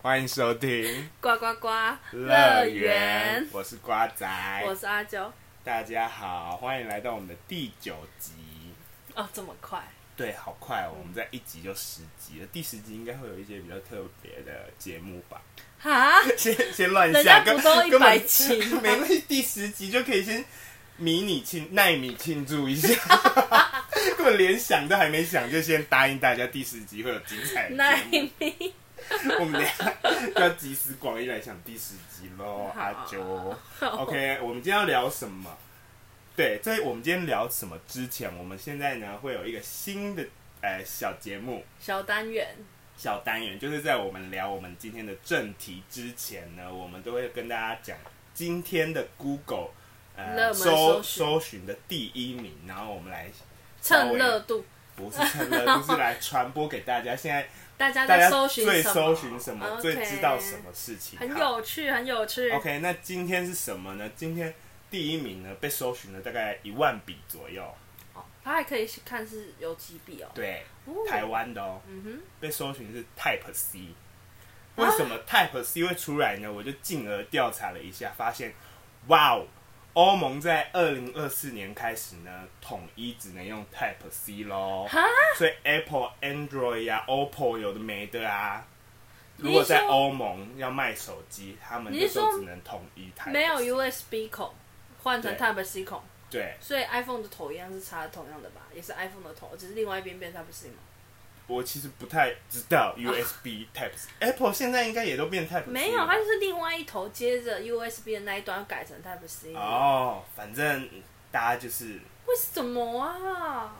欢迎收听呱呱呱 园，我是瓜仔，我是阿娇。大家好，欢迎来到我们的第九集。哦，这么快？对，好快哦，我们在一集就十集了，第十集应该会有一些比较特别的节目吧？ 哈？先先乱人下，家根不都根本100集吗 没关系，第十集就可以先迷你庆耐米庆祝一下， 根本连想都还没想，就先答应大家第十集会有精 彩的耐节目。米？我们等一下要集思广益来想第十集喽，好阿九。OK，我们哦今天要聊什么？对，在我们今天聊什么之前，我们现在呢会有一个新的呃小节目、小单元，小单元，就是在我们聊我们今天的正题之前呢，我们都会跟大家讲今天的 Google 热呃门搜搜寻搜寻的第一名，然后我们来稍趁微热度，不是 趁热，不是来传播给大家现在大家大在家搜寻最什么搜寻什么， OK 最知道什么事情。很好有趣，很有趣。 OK，那今天是什么呢？今天第一名呢被搜寻了大概一万笔左右，哦它还可以去看是有几笔哦。对，哦台湾的哦，嗯哼，被搜寻是 Type C。为啊什么 Type C 会出来呢？我就进而调查了一下，发现，哇哦，欧盟在二零二四年开始呢，统一只能用 Type C 咯。哈，所以 Apple、Android 呀、OPPO 有的没的啊。如果在你是说欧盟要卖手机，他们你就是都说只能统一 Type C。没有 USB 孔，换成对 Type C 孔，对，所以 iPhone 的头一样是插同样的吧？也是 iPhone 的头，只是另外一边变 Type C 嘛？我其实不太知道 USB Type C。Apple 现在应该也都变 Type C 了。没有，它就是另外一头接着 USB 的那一端改成 Type C。哦，反正大家就是，为什么啊？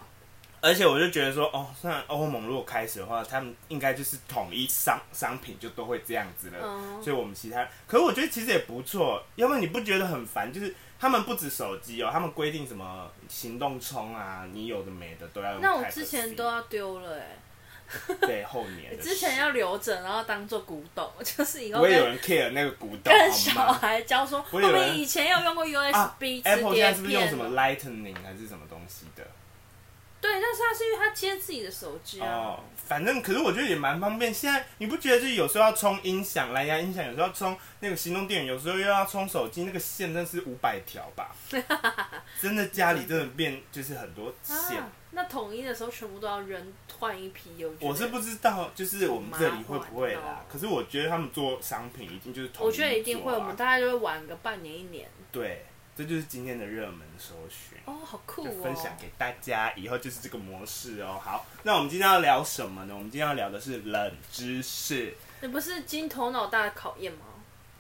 而且我就觉得说，哦，虽然欧盟如果开始的话，他们应该就是统一商商品就都会这样子了。嗯所以我们其他，可是我觉得其实也不错，要不然你不觉得很烦？就是他们不止手机哦，他们规定什么行动充啊，你有的没的都要用 Type C。那我之前都要丢了哎、对后年欸，的之前事要留着，然后当做古董， 就是以后我也有跟人 care 那个古董跟好小吗？孩教说，我我以为啊们以前有用过 USB 磁 Apple 现碟在是不是用什片么哦， Lightning 还是什么东西的？对，但是它是因为它接自己的手机啊哦，，反正可是我觉得也蛮方便。现在你不觉得就是有时候要充音响、蓝牙音响，有时候要充那个行动电源，有时候又要充手机，那个线真是五百条 吧？真的家里真的变就是很多线。啊，那统一的时候全部都要扔换一批邮局，我是不知道，就是我们这里会不会好麻啦烦哦？可是我觉得他们做商品一定就是统我一觉得一定会，做啊我们大概就会晚个半年一年。对，这就是今天的热门搜寻。哦，好酷就哦！分享给大家，以后就是这个模式哦。好，那我们今天要聊什么呢？我们今天要聊的是冷知识，你不是经头脑大的考验吗？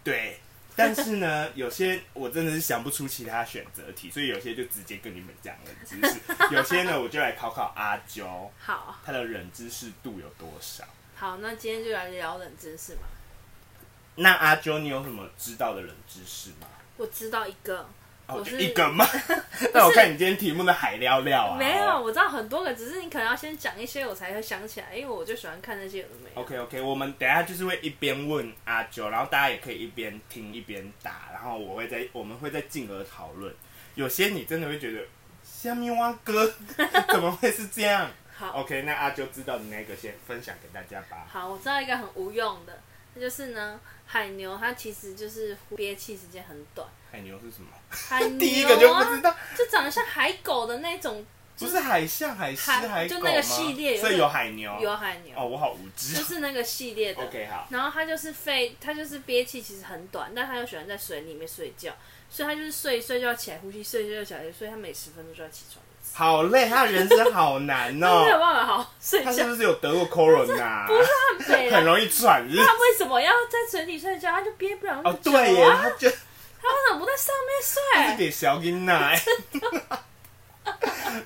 对。但是呢，有些我真的是想不出其他选择题，所以有些就直接跟你们讲冷知识。有些呢，我就来考考阿啾，好他的冷知识度有多少？好，那今天就来聊冷知识嘛。那阿啾，你有什么知道的冷知识吗？我知道一个，哦，我就是一个吗？那我看你今天题目的海料料啊，没有，。我知道很多个，只是你可能要先讲一些，我才会想起来，因为我就喜欢看那些有的没的。 OK OK，我们等一下就是会一边问阿九，然后大家也可以一边听一边答，然后我会在我们会再进而讨论。有些你真的会觉得虾米蛙哥怎么会是这样 好？OK，那阿九知道的那个先分享给大家吧。好，我知道一个很无用的，那就是呢，海牛它其实就是憋气时间很短，海牛是什么？海牛、啊、第一个就不知道，就长得像海狗的那种，不是海象、海狮、海海狗就吗？那个系列有所以有海牛。有海牛，哦，我好无知就。是那个系列的。 OK，好。然后它就是肺，它就是憋气，其实很短，但它又喜欢在水里面睡觉，所以它就是睡一睡就要起来呼吸，睡一睡就要起来，所以它每十分钟就要起床一次，好累，他的人生好难它没有 哦。办法好好睡他觉是，不是有得过 corona？啊不是啊它很累啦很容易喘，是不是他为什么要在水里睡觉？他就憋不了那哦么，久啊！对耶，他就。他为什么不在上是面 睡？给小囡仔、 欸。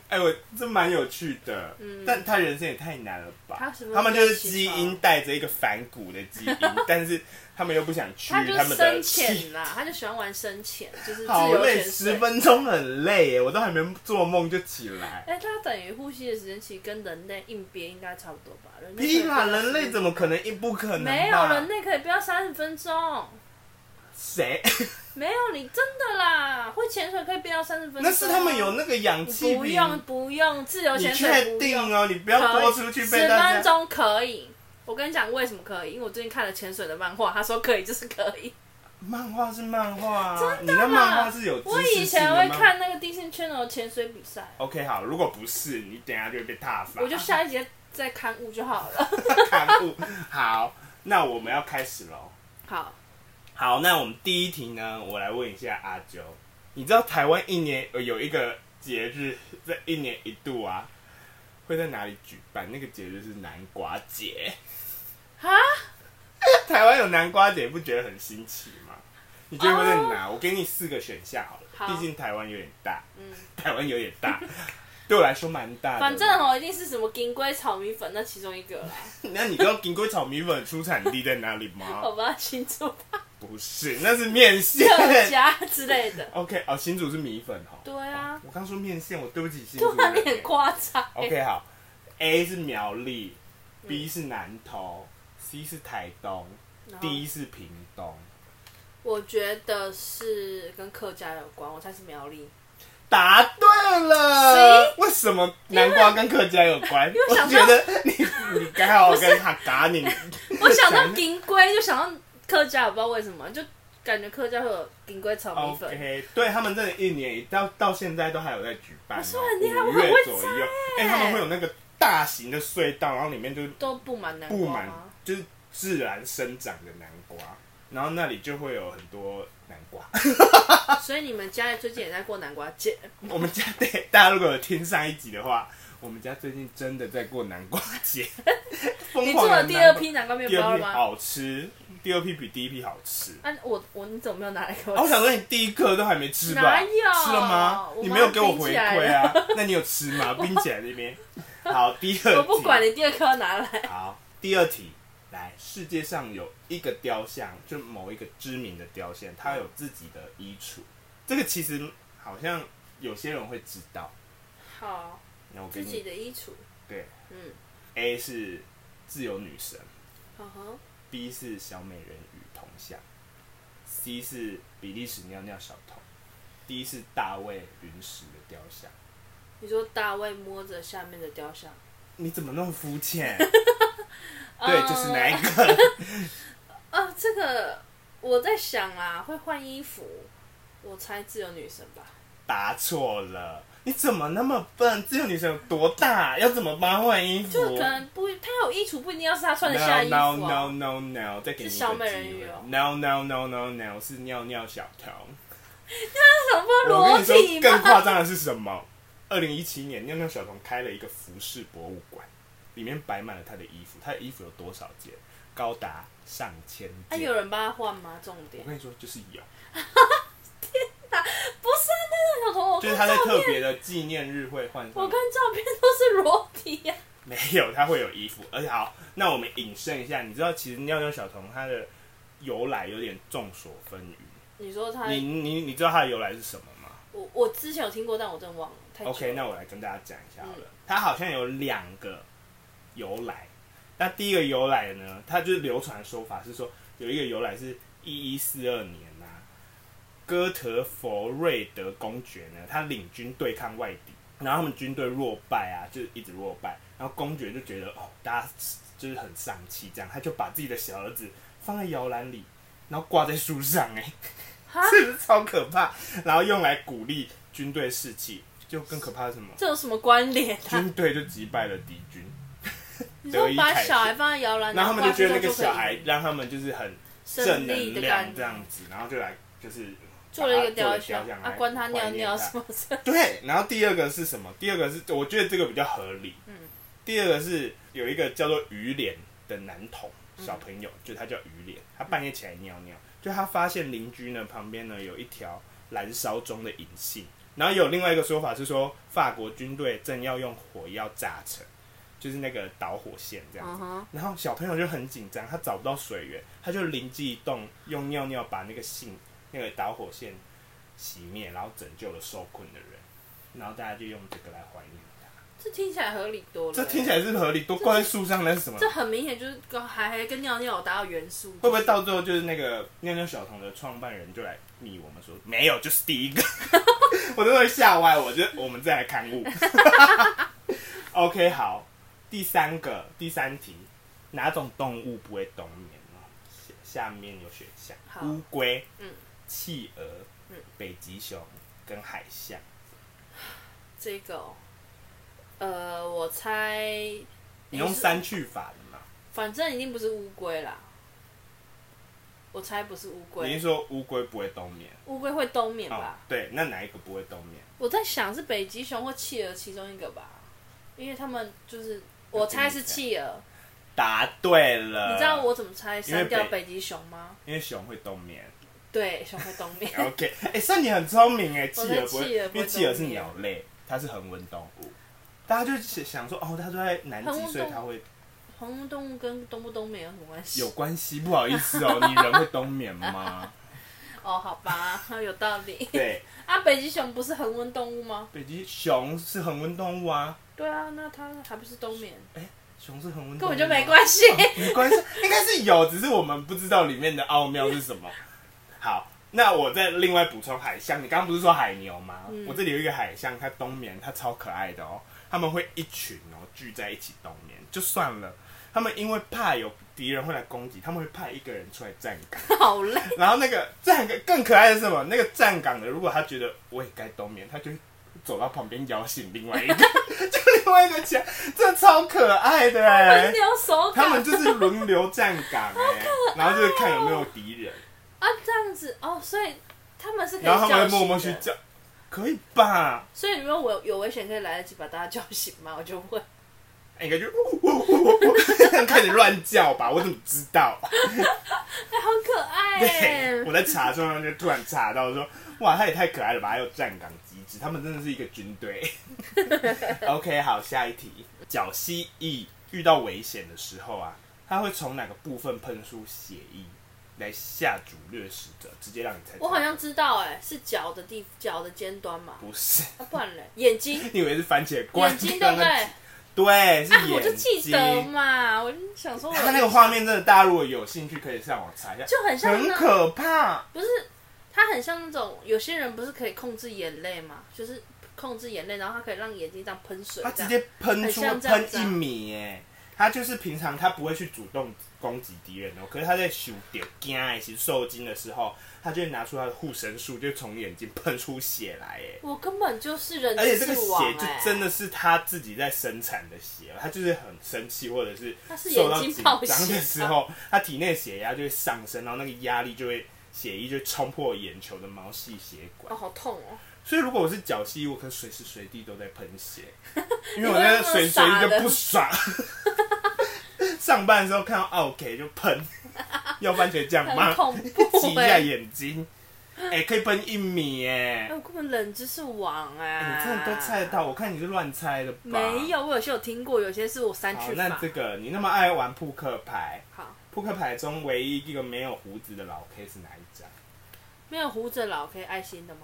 哎、我这蛮有趣的，但他人生也太难了吧？嗯他是不是们就是基因带着一个反骨的基 因，但是他们又不想去他就他们的深气。潜啊啦，他就喜欢玩深潜，就是自好由累，潜十水。分钟很累耶，我都还没做梦就起来。哎、他等于呼吸的时间其实跟人类硬憋应该 差不多吧？人类屁啦，可以憋到人类30怎么可能一不可能？没有人，类可以不要三十分钟？谁？ 没有，你真的啦，会潜水可以憋到三十分钟。那是他们有那个氧气不瓶。用不用自由你潜确水不定用，哦？你不可以要多出去被十大家。分钟可以，我跟你讲为什么可以，因为我最近看了潜水的漫画，他说可以就是可以。漫画是漫画啊，真你的啦的漫画是有知我识以性前的会吗看那个 Disney Channel 的潜水比赛， OK，好，如果不是，你等一下就会被踏伐。我就下一节再刊物就好了。 看物。好，那我们要开始喽。好， 好，那我们第一题呢，我来问一下阿啾，你知道台湾一年呃有一个节日，在一年一度啊，会在哪里举办？那个节日是南瓜节。哈， 台湾有南瓜节，不觉得很新奇吗？你觉得会在哪我给你四个选项好哦好了，毕竟台湾有点大，嗯，台湾有点大，对我来说蛮大的。反正，哦，一定是什么金龟炒米粉那其中一个啦。 那你知道金龟炒米粉的出产地在哪里 吗？好吧，新竹不是，那是面线。客家之类的。 OK，哦，新竹是米粉哦。对啊，我刚说面线，我 对不起新突 竹然你人很欸。夸张欸。 OK，好，A 是苗栗，B 嗯是南投，C 是台东然后，D 是屏东。我觉得是跟客家有关，我猜是苗 栗。答对了，为什么南瓜跟客家有关？为我想到觉得你你刚好跟哈嘎你， 我想到金龟，就想到客家，我不知道为什么，就感觉客家会有金龟炒米粉。哦 OK，对他们真的一年一到到现在都还有在举办、哦，我说很厉害五我很月会左猜右，欸哎、他们会有那个大型的隧道，然后里面就都布满南布瓜满 吗？就是自然生长的南瓜，然后那里就会有很多南瓜。 所以你们家里最近也在过南瓜节，我们家对大家如果有听上一集的话，我们家最近真的在过南瓜 节，你疯做狂了的第二，批南瓜面第包二了批吗？好吃，第二批比第一批好吃。啊，我我你怎么没有拿来给我啊、我吃？想说，你第一颗都还没吃吧？哪有吃了吗？我你妈没有给我冰回起来馈啊？ 那你有吃吗？冰起来那边。好，第二题。我不管你第二颗要拿来，好，第二题，来，世界上有一个雕像，就某一个知名的雕像，它有自己的衣橱。这个其实好像有些人会知道。好，那我给自己你的衣橱，对嗯，啊，A 是自由女神好好， ，B 是小美人鱼铜像，C 是比利时尿尿小童，D 是大卫陨石的雕像。你说大卫摸着下面的雕像，你怎么那么肤 浅？对，嗯就是哪一个？啊，这个我在想啊，会换衣服，我猜自由女神吧。答错了。你怎么那么笨？自由女神有多大？要怎么帮她换衣服？就可能不，她有衣橱不一定要是她穿得下衣服、啊。 No no no no no，再给你一个是机小美人鱼会哦。 No no no no no，是尿尿小童。什么我跟裸你说，体更吗？夸张的是什么？二零一七年，尿尿小童开了一个服饰博物馆，里面摆满了他的衣服。他的衣服有多少件？高达上千啊，件。有人帮她换吗？重点我跟你说，就是有，不是啊那个小童，我就是看他在照特片，别的纪念日会换上。我看照片都是裸体啊呀、 没有，它会有衣服。而且好，那我们引申一下，你知道其实尿尿小童它的由来有点众所纷纭。你说她，你你你知道它的由来是什么吗我我之前有听过，但我真的忘了。太久了 OK，那我来跟大家讲一下好了嗯。它好像有两个由来。那第一个由来呢，它就是流传说法是说，有一个由来是一一四二年呐、哥特佛瑞德公爵呢，他领军对抗外敌，然后他们军队落败啊，就是一直落败，然后公爵就觉得哦，大家就是很丧气，这样他就把自己的小儿子放在摇篮里，然后挂在树上、哎， 哈是不是超可怕？然后用来鼓励军队士气，就更可怕是什么？这有什么关联啊？军队就击败了敌军，你说德意把凯旋小孩放在摇篮，然后他们就觉得那个挂树上小就可以孩让他们就是很正胜利能的量感这觉，样子，然啊后就来就是做了一个把它雕像像，来啊，关他尿尿怀念他什么的。 对，然后第二个是什么？第二个是我觉得这个比较合理。嗯第二个是有一个叫做于脸的男童小朋友，就他叫于脸，他半夜起来尿尿，就他发现邻居呢旁边呢有一条燃烧中的银杏，然后有另外一个说法是说法国军队正要用火药炸成，就是那个导火线这样子。哼，然后小朋友就很紧张，他找不到水源，他就灵机一动，用尿尿把那个信那个导火线熄灭，然后拯救了受困的人。然后大家就用这个来怀念他。这听起来合理多了。这听起来是不是合理，都挂在树上那是什么？这很明显就是跟还还跟尿尿有达到元素，会不会到最后就是那个尿尿小童的创办人就来密我们说没有，就是第一个， 我都会吓歪我，就我们再来刊物。OK，好，第三个第三题，哪种动物不会冬眠哦？下下面有选项：好乌龟、嗯企鹅、嗯北极熊跟海象。这个哦、呃，我猜你用是三去法的嘛？反正一定不是乌龟啦，我猜不是乌你是龟，说乌龟不会冬眠？乌龟会冬眠哦吧？，对，那哪一个不会冬眠？我在想是北极熊或企鹅其中一个吧，因为他们就是我猜是企鹅，答对了。你知道我怎么猜删掉呃因为北北极熊吗？因为熊会冬眠。对，熊会冬 眠。 OK，哎、算你很聪明哎，企我鹅在不会，企鹅因不会为企鹅是冬眠鸟类，它是恒温动物。大家就想说，哦，它都在南恒极，温所以动它物会红红动物跟冬不冬眠有什么关系？有关系。不好意思 哦，你人会冬眠吗？哦，好吧，有道理。对，啊，北极熊不是恒温动物吗？北极熊是恒温动物啊，对啊，那它还不是冬眠，熊是恒温动物，啊根本就没关系。 没关系，应该是有，只是我们不知道里面的奥妙是什么。好，那我再另外补充海象，你刚刚不是说海牛吗？我这里有一个海象，它冬眠，它超可爱的哦。他们会一群哦聚在一起冬眠，就算了。他们因为怕有敌人会来攻击，他们会派一个人出来站岗。好累，然后那个站岗更可爱的是什么？那个站岗的，如果他觉得我也该冬眠，他就会走到旁边摇醒另外一个， 就另外一个起来，这超可爱的 哎、很有手他感们就是轮流站岗哎、然后就是看有没有敌人，啊，这样子哦，所以他们是可以然后他们叫会默默去醒的。叫，可以吧？所以如果我有危险，可以来得及把大家叫醒吗？我就 问。哎应该就呜呜呜呜呜，开始乱叫吧？我怎么知道？哎、好可爱对，耶！我在查的时候就突然查到说，哇，他也太可爱了吧！还有站岗机制，他们真的是一个军队。OK，好，下一题，脚蜥蜴遇到危险的时候啊，它会从哪个部分喷出血液来吓阻掠食者？直接让你猜。 我好像知道，哎，是脚的地，脚的尖端嘛。不是。啊，不然嘞，眼睛，你以为是番茄罐？眼睛对不对？啊，对，是眼睛。我就记得嘛，我就想说我，它那个画面真的，大家如果有兴趣，可以上网查一下，就很像很那可怕。不是，它很像那种有些人不是可以控制眼泪嘛，就是控制眼泪，然后它可以让眼睛这样喷水，它这直样接喷出很像这样喷子啊一米耶，它就是平常它不会去主动攻击敌人哦，可是它在受点惊的时候受惊的时候，它就会拿出它的护身术，就从眼睛喷出血来耶。我根本就是人而且这之个王血就哎、真的是它自己在生产的血，它就是很生气或者是它是受到眼睛紧张爆的血啊时候，它体内血压就会上升，然后那个压力就会血液就会冲破眼球的毛细血管哦，。好痛哦！所以如果我是脚吸，我可随时随地都在喷 血，因为我在随随地就不爽。 上班的时候看到 OK 就喷， 要番茄酱吗很？恐怖挤一下哎、眼睛，哎、可以喷一米哎、哎我根本人之是王哎、哎你真的都猜得到？我看你是乱猜的吧？没。有，我有些有听过，有些是我删好去，那法。这个你那么爱玩扑克牌，好，扑克牌中唯一一个没有胡子的老 K 是哪一张？没有胡子老可以爱心的吗？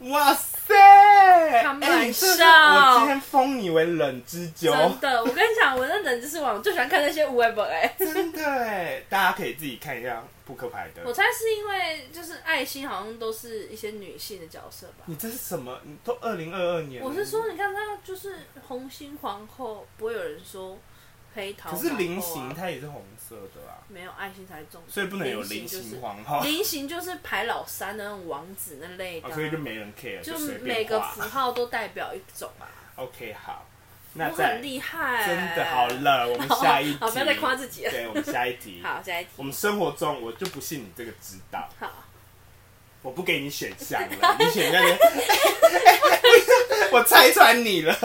哇塞！哎、看你板这是上我今天封你为冷之酒，真的，我跟你讲，我那人之是王，我最喜欢看那些无为本哎。真的哎，大家可以自己看一下扑克牌我的。猜是因为就是爱心好像都是一些女性的角色吧。你这是什么？你都二零二二年了，我是说，你看她就是红心皇后，不会有人说黑桃、啊可是菱形它也是红色的啊，没有爱心才是重点，所以不能有菱菱就形是皇后， 菱形就是排老三的那种王子那类的哦啊、所以就没人 care，就随每便个画符。号都代表一种啊。 OK，好， 那我再很厉害、真的好。了，我们下一题，哎好，不要再夸自己了。对，我们下一题。好，下一我题。们生活中，我就不信你这个知道，好，我不给你选项了，你选那边， 我拆穿你了。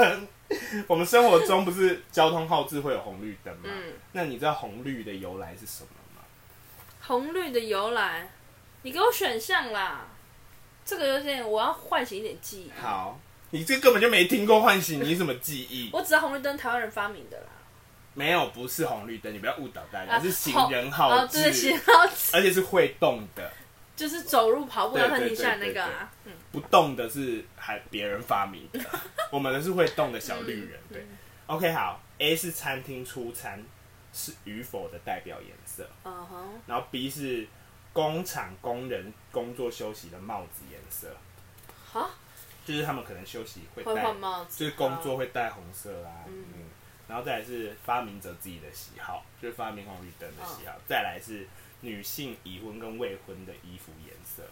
我们生活中不是交通号志会有红绿灯吗？嗯，那你知道红绿的由来是什么吗？红绿的由来，你给我选项啦。这个有点，我要唤醒一点记忆。好，你这根本就没听过唤醒你什么记忆？我只知道红绿灯台湾人发明的啦。没有，不是红绿灯，你不要误导大家，啊是行人号哦，对，志，型号志而且是会动的， 就是走路、跑步对要对喷一下对那对个啊。嗯，不动的是还别人发明的， 我们的是会动的小绿人。嗯对，OK，好，A 是餐厅出餐是与否的代表颜色，嗯哼，然后 B 是工厂工人工作休息的帽子颜色，好，就是他们可能休息会会戴换帽子，啊就是工作会戴红色啦、嗯，然后再来是发明者自己的喜好，就是发明红绿灯的喜好，哦再来是女性已婚跟未婚的衣服颜色。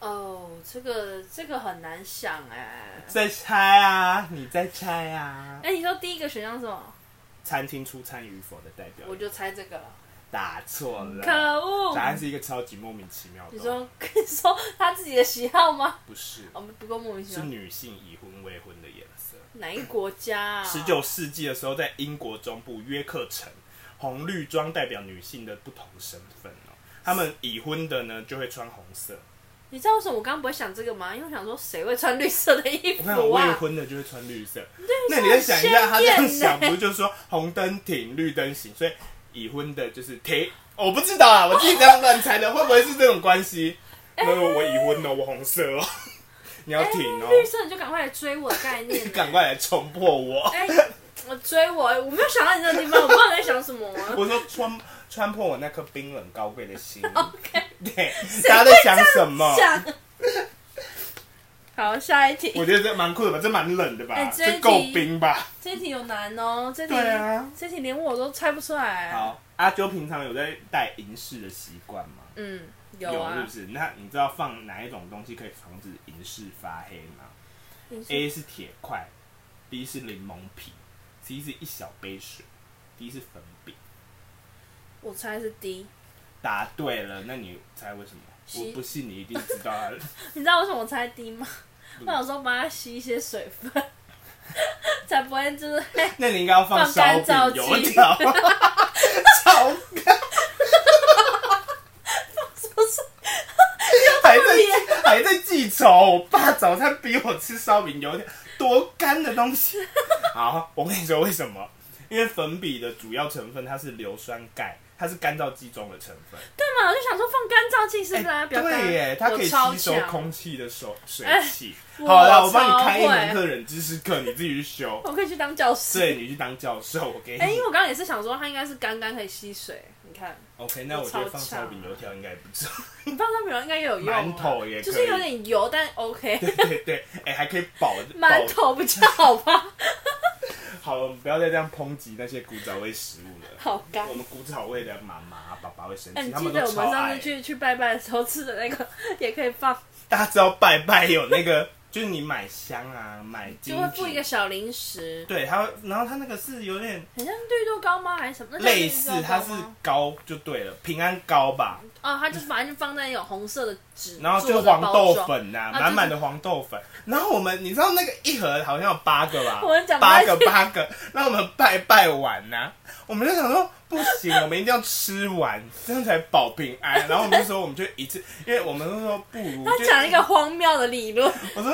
哦，这个这个很难想哎、再猜啊，你再猜啊哎、。你说第一个选项是什么？餐厅出餐与否的代表，我就猜这个了。打错了。可恶答！案是一个超级莫名其妙的。哦你说 你说他自己的喜好吗？不是，哦，不够莫名其是妙。女性已婚未婚的颜色。哪一个国家啊？十九世纪的时候，在英国中部约克城，红绿装代表女性的不同身份哦。他们已婚的呢，就会穿红色；你知道为什么我刚刚不会想这个吗？因为我想说谁会穿绿色的衣我服看有未啊？婚的就会穿绿色。色那你再想一下，很他这样鲜艳想，呢不是就是说红灯停，绿灯行？所以已婚的就是停。我不知道啊，我自己这样乱猜的，会不会是这种关系？那我已婚哦，我红色哦， 你要哎停哦，绿色你就赶快来追我的概念、你 赶！快来冲破我！哎、我追我，我没有想到你这个地方，我不知道你在想什么、啊。我说穿穿破我那颗冰冷高贵的心。 OK， 对，大家在讲什么？想。好，下一题我。觉得这蛮酷的吧，这蛮冷的吧，哎这一这题够冰吧？这一题有难哦，这题、对啊这题连我都猜不出来。，好，阿啾平常有在戴银饰的习惯吗？嗯，有是啊不。是？那你知道放哪一种东西可以防止银饰发黑吗你说？A 是铁块，B 是柠檬皮，C 是一小杯水，D 是粉饼。我猜是 D。答对了，那你猜为什么？吸我不信你一定知道啊它。你知道为什么我猜 D 吗？嗯我想说帮它吸一些水分， 才不会就是哎那你应该要放放烧干饼、燥油剂 条，超干，还在还在记仇。我爸早餐逼我吃烧饼、油条，多干的东 西。好，我跟你说为什么？因为粉笔的主要成分它是硫酸钙，它是干燥剂中的成分。哎干嘛？我就想说放干燥剂是不是啊？比较干对耶，它可以我超吸收强空气的水水哎汽。我好了，我超帮你开一门会课冷知识课，你自己去 修。我可以去当教师。对，你去当教授，我给你。哎、因为我刚刚也是想说，它应该是干干可以吸水。你看， OK，那我觉超得放烧强饼、油条应该也不错。你放上面应该也有用、啊。馒头也可以就是有点油，但 OK。对对，哎、还可以保 馒保。头比较 好吧？好了，我们不要再这样抨击那些古早味食物了。好干我。们古早味的妈妈、爸爸会生哎、气，你他记们得都我超们上爱次。去去拜拜的时候吃的那个 也可以放，大家知道拜拜有那个，就是你买香啊，买金就会附一个纸，小零食，对，它会，然后它那个是有点很像绿豆糕吗？还是什么？那叫类绿似，豆糕它吗是糕就对了，平安糕吧，哦，它就反正就放在那种红色的纸，然后就做的黄包豆装。粉呐、啊满满的黄豆粉。然后我们，你知道那个一盒好像有八个吧？我们讲不八下去个八个。那我们拜拜完呐、我们就想说不行，我们一定要吃完，这样才保平安。然后我们就说，我们就一次，因为我们都说不如他就讲一个荒谬的理论， 我说，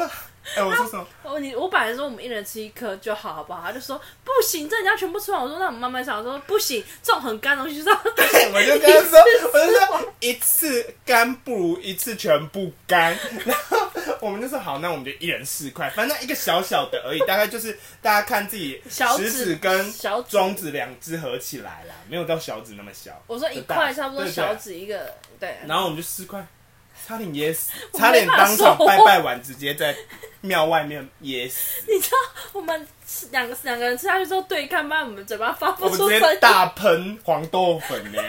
哎、我说什么？哦，你我本来说我们一人吃一颗就好，好不好？他就说不行，这你要全部吃完。我说那我们慢慢想。我说不行，这种很干的东西就是要 我就跟他说，我就说一次干不如一次全部干。然后我们就说好，那我们就一人四块，反正一个小小的而已，大概就是大家看自己小食指指跟小指中指两只合起来啦，没有到小指那么小。我说一块差不多小指一个，对。然后我们就四块，差点噎死，我差点当场没办法拜说拜完直接在庙外面噎死，你知道我们吃两个两个人吃下去之后对看，妈，我们嘴巴发我不们出直声接音。大喷黄豆粉 呢、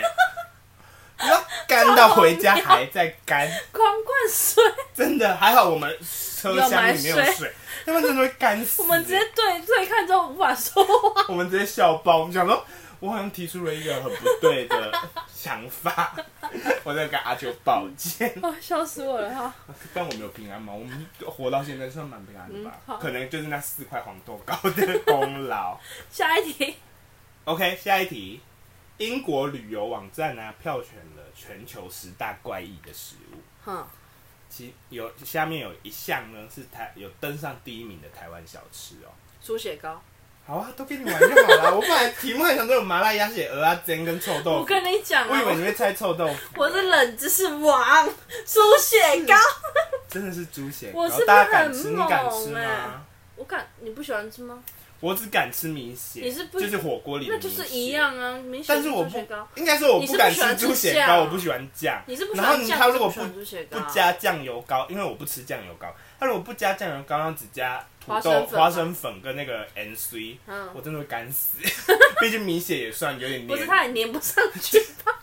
然后干到回家还在干。狂灌水，真的还好，我们车厢里面有有买水，要不然真的会干死。我们直接对对看之后无法说话。我们直接笑爆，我们想说，我好像提出了一个很不对的想法，我在跟阿九抱歉。哦，笑死我了哈！但我没有平安嘛，我们活到现在算蛮平安的吧嗯好，可能就是那四块黄豆糕的功劳。 下一题， OK，下一题，英国旅游网站啊票选了全球十大怪异的食物。哼，其有下面有一项呢是台有登上第一名的台湾小吃哦、猪血糕。好啊，都给你玩就好了。我本来题目还想说有麻辣鸭血、鹅啊煎跟臭豆我腐，跟你讲我以为你啊，会猜臭豆腐。我是冷知识王，猪血糕。真的是猪血糕，我是不是大家敢吃？很你猛敢吃吗欸？我敢，你不喜欢吃吗？我只敢吃米血，你是不就是火锅里的那米血就是一。样啊，明显但是我猪不血糕。，应该说我不敢你是不喜欢吃猪血酱糕，我不喜欢酱。你是不喜然后欢你酱，他如果你是不喜欢不猪血糕啊不加酱油膏，因为我不吃酱油膏，他如果不加酱油膏，然后只加土花豆生粉吗花生粉跟那个 NC，嗯我真的会干死， 毕竟米血也算有点不是黏，它也粘不上 去吧？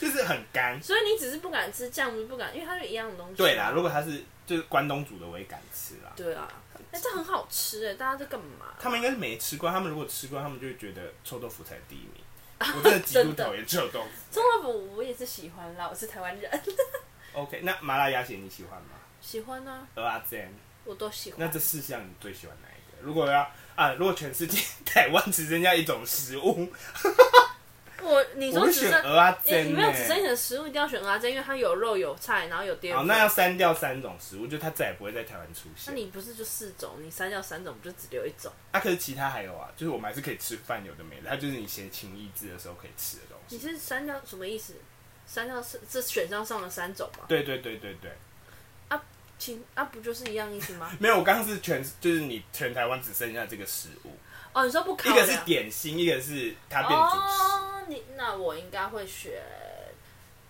就是很干。所以你只是不敢吃酱油，不敢，因为它是一样的东西。啊对啦，。如果它是就是关东煮的，我也敢吃啦。对啊，哎、这很好吃哎，大家在干嘛？他们应该是没吃过，他们如果吃过，他们就会觉得臭豆腐才第一名。我真的极度 真的讨厌臭豆腐。中华粉我也是喜欢啦，我是台湾人， OK，那麻辣鸭血你喜欢吗？ 喜欢啊，鹅啊煎，我都喜那欢这。四项你最喜欢哪一个？如果要啊，如果全世界台湾只剩下一种食物，我你我说会只选剩。鹅啊哎、煎、欸。你没有只剩你的食物，一定要选阿珍，因为它有肉有菜，然后有淀好，粉。那要删掉三种食物，就它再也不会在台湾出那现。你不是就四种，你删掉三种，不就只留一种？啊，可是其他还有啊，就是我们还是可以吃饭，有的没的，它就是你闲情逸致的时候可以吃的东你西。是删掉什么意思？删掉是这选项上的三种吗？对对对对对，请啊，不就是一样意思 ？吗没有，我刚刚是全就是你全台湾只剩下这个食物，哦，你说不考一量个是点心，一个是它变主食。哦，你那我应该会选，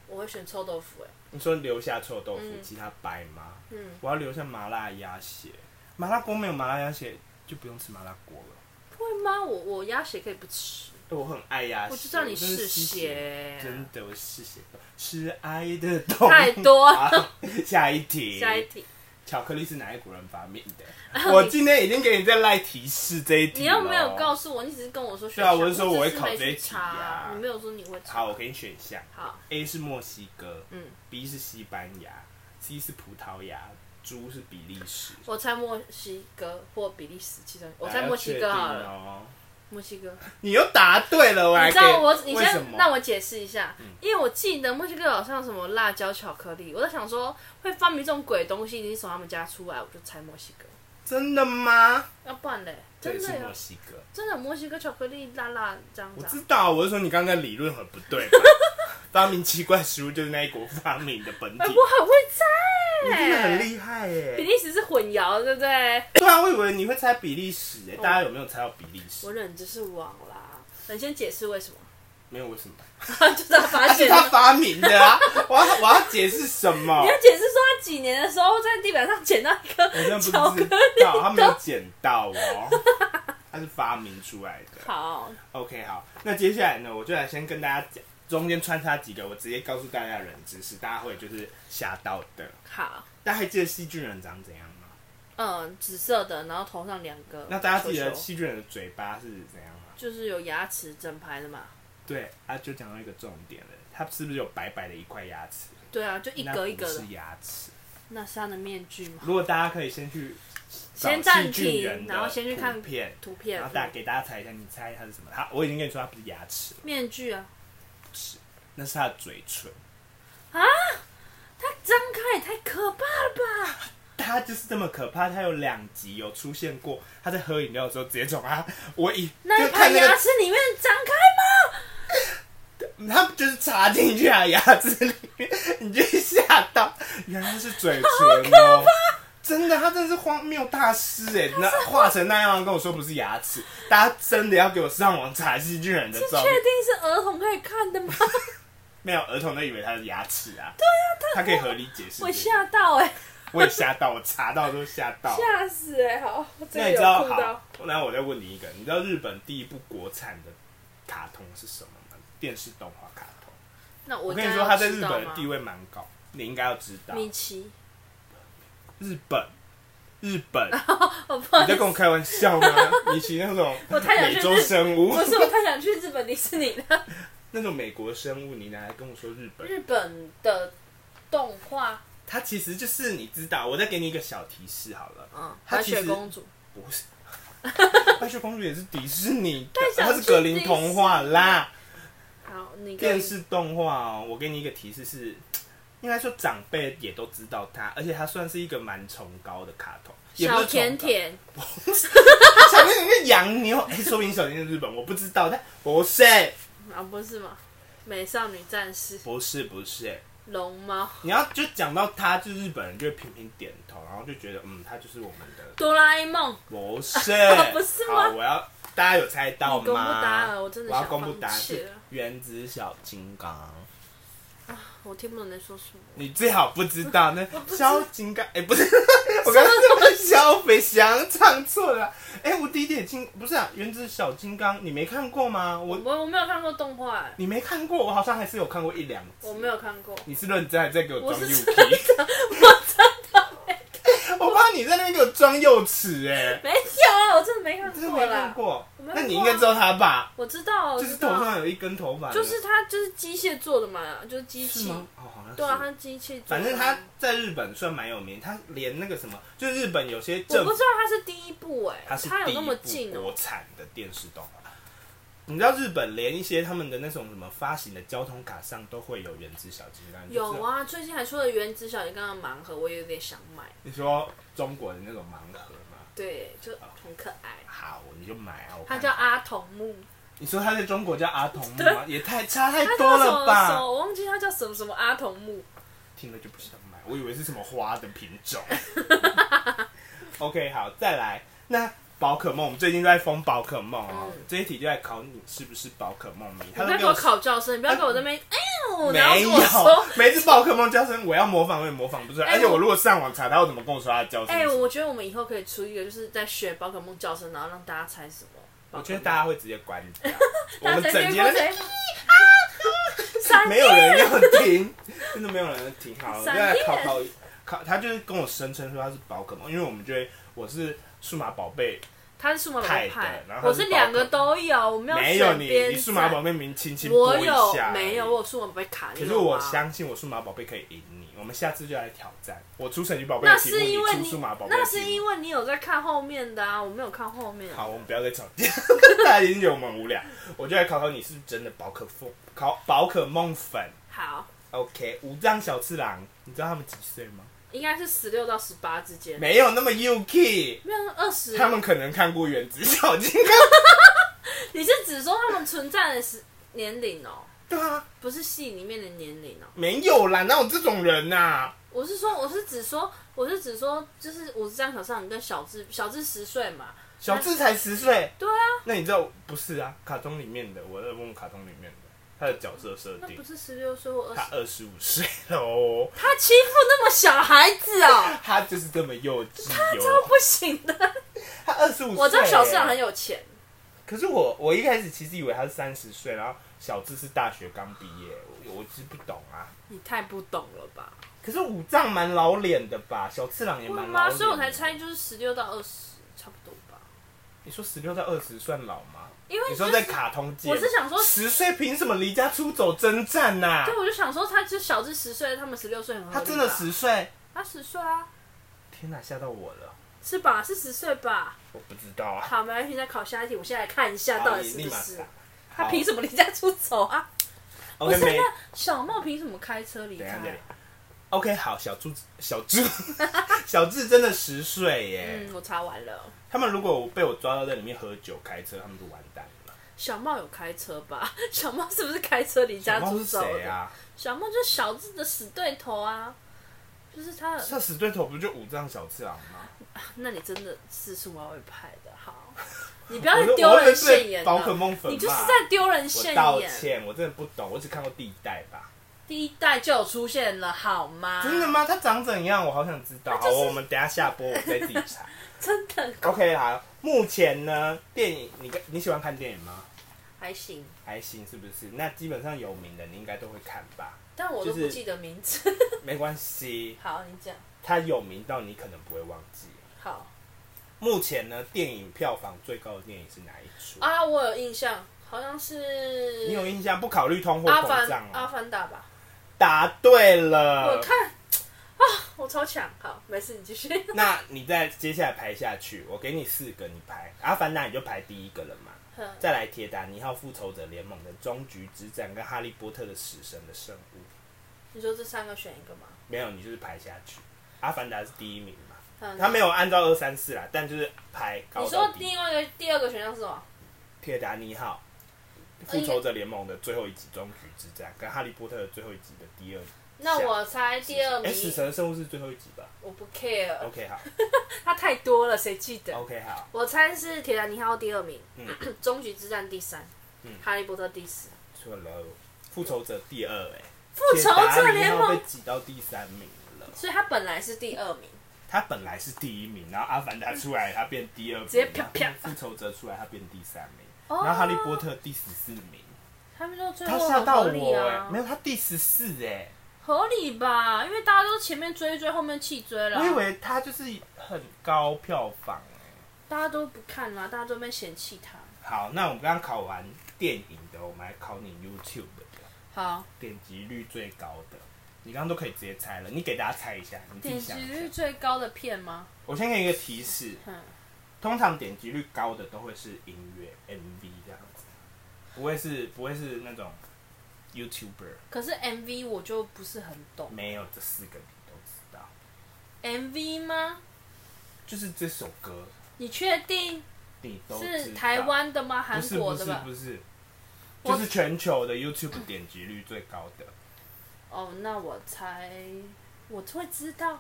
我会选臭豆腐哎、你说留下臭豆腐，嗯其他白吗？嗯，我要留下麻辣鸭血，麻辣锅没有麻辣鸭血就不用吃麻辣锅了。会吗？我我鸭血可以不哎吃，我很爱鸭血，我就知道你啊真的嗜是吸血，血，真的我嗜血，是爱的动物太多。好 下一题，下一题，巧克力是哪一国人发明 的？我今天已经给你在赖提示这一题你又没有告诉。诉我，你只是跟我说选哦对啊项我是说我会只考没这一去题查啊你没有说你会查。好，我给你选项好， ：A 是墨西哥，嗯，B 是西班牙，C 是葡萄牙猪是比利时。我猜墨西哥或比利时，其中我来猜要墨西确哥定好了，哦。墨西哥。你又答对了，我还你知道给我，你为什先么？嗯让我解释一下，因为我记得墨西哥好像有什么辣椒巧克力，我在想说会发明这种鬼东西，一定是从他们家出来，我就猜墨西哥。真的吗？要不然嘞，对，真是的墨有西哥。真的有墨西哥巧克力辣辣这样我子、知啊。道，我是说你刚刚理论很不对吧。发明奇怪食物就是那一国发明的本体哎、，我哎很会你猜、真的很厉害比耶！利时是混淆，对不对？对啊，我以为你会猜比利时欸耶，大家有没有猜到比利时我？认知是网啦。你先解释为什么？ 没有为什么？就是他发是现他了。发明的啊！我要我要解释什么你？要解释说他几年的时候在地板上捡到一颗我真的不知巧克道，他没有捡到哦，他是发明出来的。好， OK，好，那接下来呢，我就来先跟大家讲，中间穿插几个我直接告诉大家的冷知识，大家会就是吓到的。好，大家还记得细菌人长怎样吗？嗯，紫色的，然后头上两个。那大家记得球球细菌人的嘴巴是怎样吗？就是有牙齿整排的嘛。对啊，就讲到一个重点了，它是不是有白白的一块牙齿？对啊，就一格一格那的不。是牙齿。那是他的面具嘛？如果大家可以先去找先暂细菌人停，的然后先去看图片，图片然后大家给大家猜一下，你猜它是什么？它我已经跟你说它不是牙齿了，面具啊，不是，那是它的嘴唇。它哎张开也太可怕了吧！他就是这么可怕，他有两集有出现过，他在喝饮料的时候直接从他，我一那就一排看那牙个，齿里面张开吗？ 他就是插进去啊他牙齿里面，你就会吓到，原来是嘴唇哦、真的，他真的是荒谬大师哎！那画成那样跟我说不是牙齿，大家真的要给我上网查细菌人的是照确片，定是儿童可以看的 吗？没有儿童都以为他是牙齿啊。对他可以合理解释。我吓到哎、我也吓到，我查到都吓到。吓死哎、好，我真那的你有知道哭到好。，那我再问你一个，你知道日本第一部国产的卡通是什么吗？电视动画卡通。那我我我跟你说，它在日本的地位蛮高，你应该要知道。米奇，日本，日本，我哦不好你在意跟思，我开玩笑 吗？米奇那种我太想去美洲生物不，是我太想去日本迪士尼了。那种美国生物，你拿来跟我说日本， 日本的动画，它其实就是你知道。我再给你一个小提示好了，嗯，它白其实雪公主，不 是。白雪公主也是迪士尼的，太想它是去格林迪士童话啦。好，你跟电视动画哦，我给你一个提示是，应该说长辈也都知道它，而且它算是一个蛮崇高的卡通，也不小是崇甜高，甜，小甜甜是洋妞，哎、说不定小甜甜是日本，我不知道，但不是，啊，不是吗？美少女战士、不是，不是，龙猫、你要就讲到它，就日本人就会频频点头，然后就觉得嗯，它就是我们的，哆啦 A 梦，，不是 啊不是吗好，我要大家有猜到吗？你公布答案了我真的我要想公布答案放弃是了原子小金刚。我听不懂你在说什么。你最好不知道那萧金刚，哎、不是， 我刚刚说萧北翔唱错了。哎、我第一点金不是啊，原子小金刚，你没看过吗？我我我没有看过动画、欸你没看过，我好像还是有看过一两集。我没有看过。你是认真还是在给我我装是幼真齿？的，我真的我怕你在那边给我装幼齿哎、没有啊，我真的没看你真的过没啦看。过我没看过那啊你应该知道他吧？我知道，我就知是头道，上有一根头发的，就是它就是机械做的嘛，就是机是器。吗？哦，好像是。对啊，它机器做的。反正他在日本算蛮有名，他连那个什么，就日本有些我政不府知道它是第一部哎、它是它有第一那么近部哦、国产的电视动画。你知道日本连一些他们的那种什么发行的交通卡上都会有原子小金刚，你就知有道。啊，最近还出了《原子小金刚》的盲盒，我有点想买。你说中国的那种盲盒吗？对，就很可爱。好，你就买啊！我它看叫阿童木，你说他在中国叫阿童木吗？也太差太它多叫什了么什吧！么？我忘记它叫什么什么阿童木。听了就不想买，我以为是什么花的品种。OK，好，再来。那宝可梦，我们最近都在封宝可梦哦。嗯这一题就在考你是不是宝可梦迷。你他不都要给给我我考教声，你不要给我这边哎呦，然后没跟有我说，， 每次宝可梦叫声我要模仿，我也模仿不出来。哎而且我我如果上网查，他要怎么跟我说他的叫声？哎、我觉得我们以后可以出一个，就是在学宝可梦叫声，然后让大家猜什么。我觉得大家会直接关掉。我 大们家整猜节谁的啊啊三没有人要听， 真的没有人要听。好，我闪再来电考考考，他就是跟我声称说他是宝可梦，因为我们觉得我是数码宝贝他是数码宝贝派派的然，后我他是是两个都有，我们要没有选你，边你数码站宝贝名轻轻我拨一有下，没有？我。有数码宝贝卡，可你是有吗我相信我数码宝贝可以赢你，我们下次就来挑战。我出神奇宝贝那的题目，是因为出数码宝贝的那题是目因为你有在看后面的啊，我没有看后面。好，我们不要再吵架， 大家已经觉得我们很无聊。我就来考考你是不是真的宝可梦，考宝可梦粉。好， OK，五藏小次郎，你知道他们几岁吗？应该是十六到十八之间，没有那么 UK，没有二 十。他们可能看过《原子小金 刚》。你是指说他们存在的时年龄哦、对啊，不是戏里面的年龄哦、没有啦，哪有这种人呐、啊？我是说，我是指说，我是指说，就是五十张小上，你跟小智，小智十岁嘛。小智才十岁。对啊，那你知道不是啊？卡通里面的，我在问卡通里面的他的角色设那定不，是十六岁或二他十？二十五岁了哦，他欺负那么小孩 子哦、他就是这么幼稚超哟、不行的。他二十五岁耶，我知道小智很有钱，可是我我一开始其实以为他是三十岁，然后小智是大学刚毕业，我我是不懂啊。你太不懂了吧？可是武藏蛮老脸的吧，小次郎也蛮老吗？脸的。所以我才猜就是十六到二十，差不多吧。你说十六到二十算老吗？因为、你就是、说在卡通界，我是想说十岁凭什么离家出走征战呐、对，我就想说，他就小智十岁，他们十六岁很合理吧他真的十岁？他十岁啊，天哪，吓到我了！是吧？是十岁吧？我不知道啊，好，没关系，再考下一题。我现在来看一下好到底你是立不马是打。他凭什么离家出走啊？ o 不 k 是没？那小茂凭什么开车离等一下，开啊？等一下。OK，好，小猪，小猪， 小智真的十岁耶！嗯，我查完了，他们如果被我抓到在里面喝酒开车，他们就完蛋了。小茂有开车吧？ 小茂是不是开车离家小猫出是走谁的？啊？小茂就是小智的死对头啊，就是他。这死对头不就五藏小次郎吗？那你真的是数码会派的， 好，你不要我再是丢我会人被现眼宝可了，梦粉吧，你就是在丢人现我道眼。歉，我真的不懂，我只看过第一代吧。第一代就有出现了，好吗？真的？吗？它长怎样？我好想知道。它啊就是好，我们等一下下播我再自己查。真的 OK，好。目前呢，电影你你喜欢看电影吗？还行，还行，是不是？那基本上有名的你应该都会看 吧？但我都就不是记得名字。 没关系，好，你讲。它有名到你可能不会忘记。好目前呢，电影票房最高的电影是哪一出？啊，嗯我有印象，好像是你有印象？不考虑通货阿膨凡胀阿哦。凡达吧？答对了啊我。看啊，我超强。好，没事，你继续。 那你再接下来排下去，我给你四个，你排啊《阿凡达》你就排第一个了嘛。嗯再来《铁达尼号》《复仇者联盟》的终局之战跟《哈利波特》的死神的圣物，你说这三个选一个吗？没有你就是排下去。《阿凡达》是第一名嘛，嗯他没有按照二三四啦，但就是排高你说到第一。另外一个第二个选项是什么？铁达尼号》呃《复仇者联盟》的最后一集终局之战跟《哈利波特》的最后一集的第二集。那我猜第二哎、死名，神的圣物是最后一集吧我不 care， ？OK 好它太多了，谁记得？ ，OK 好，我猜是《铁达尼号》第二名，嗯 终局之战》第三，嗯哈利波特》第四。错了，《复仇者》第二哎、复仇者铁达尼联号盟被，挤到第三名了。所以他本来是第二名，他本来是第一名，然后阿凡达出来他变第二名，直接啪啪然后复仇者出来他变第三名，哦然后哈利波特第十四名。他们说最他后吓很到合理我哎、啊没，有他第十四哎，合理吧？因为大家都前面追一追，后面弃追了啊，我以为他就是很高票房哎、大家都不看啦，大家都被嫌弃他。好，那我们刚刚考完电影的，我们来考你 YouTube 的好，点击率最高的，你刚刚都可以直接猜了，你给大家猜一下，你自己点击想一率下。最高的片吗？我先给你一个提示，嗯，通常点击率高的都会是音乐 MV 这样子，不会是不会是那种 YouTuber，可是 MV 我就不是很懂没有这四个你都知道， ，MV 吗？就是这首歌你确定你都知是道台湾的吗？韩不是国不的是吧？不是，我就是全球的 YouTube 点击率最高的，哦，那我猜我会知道。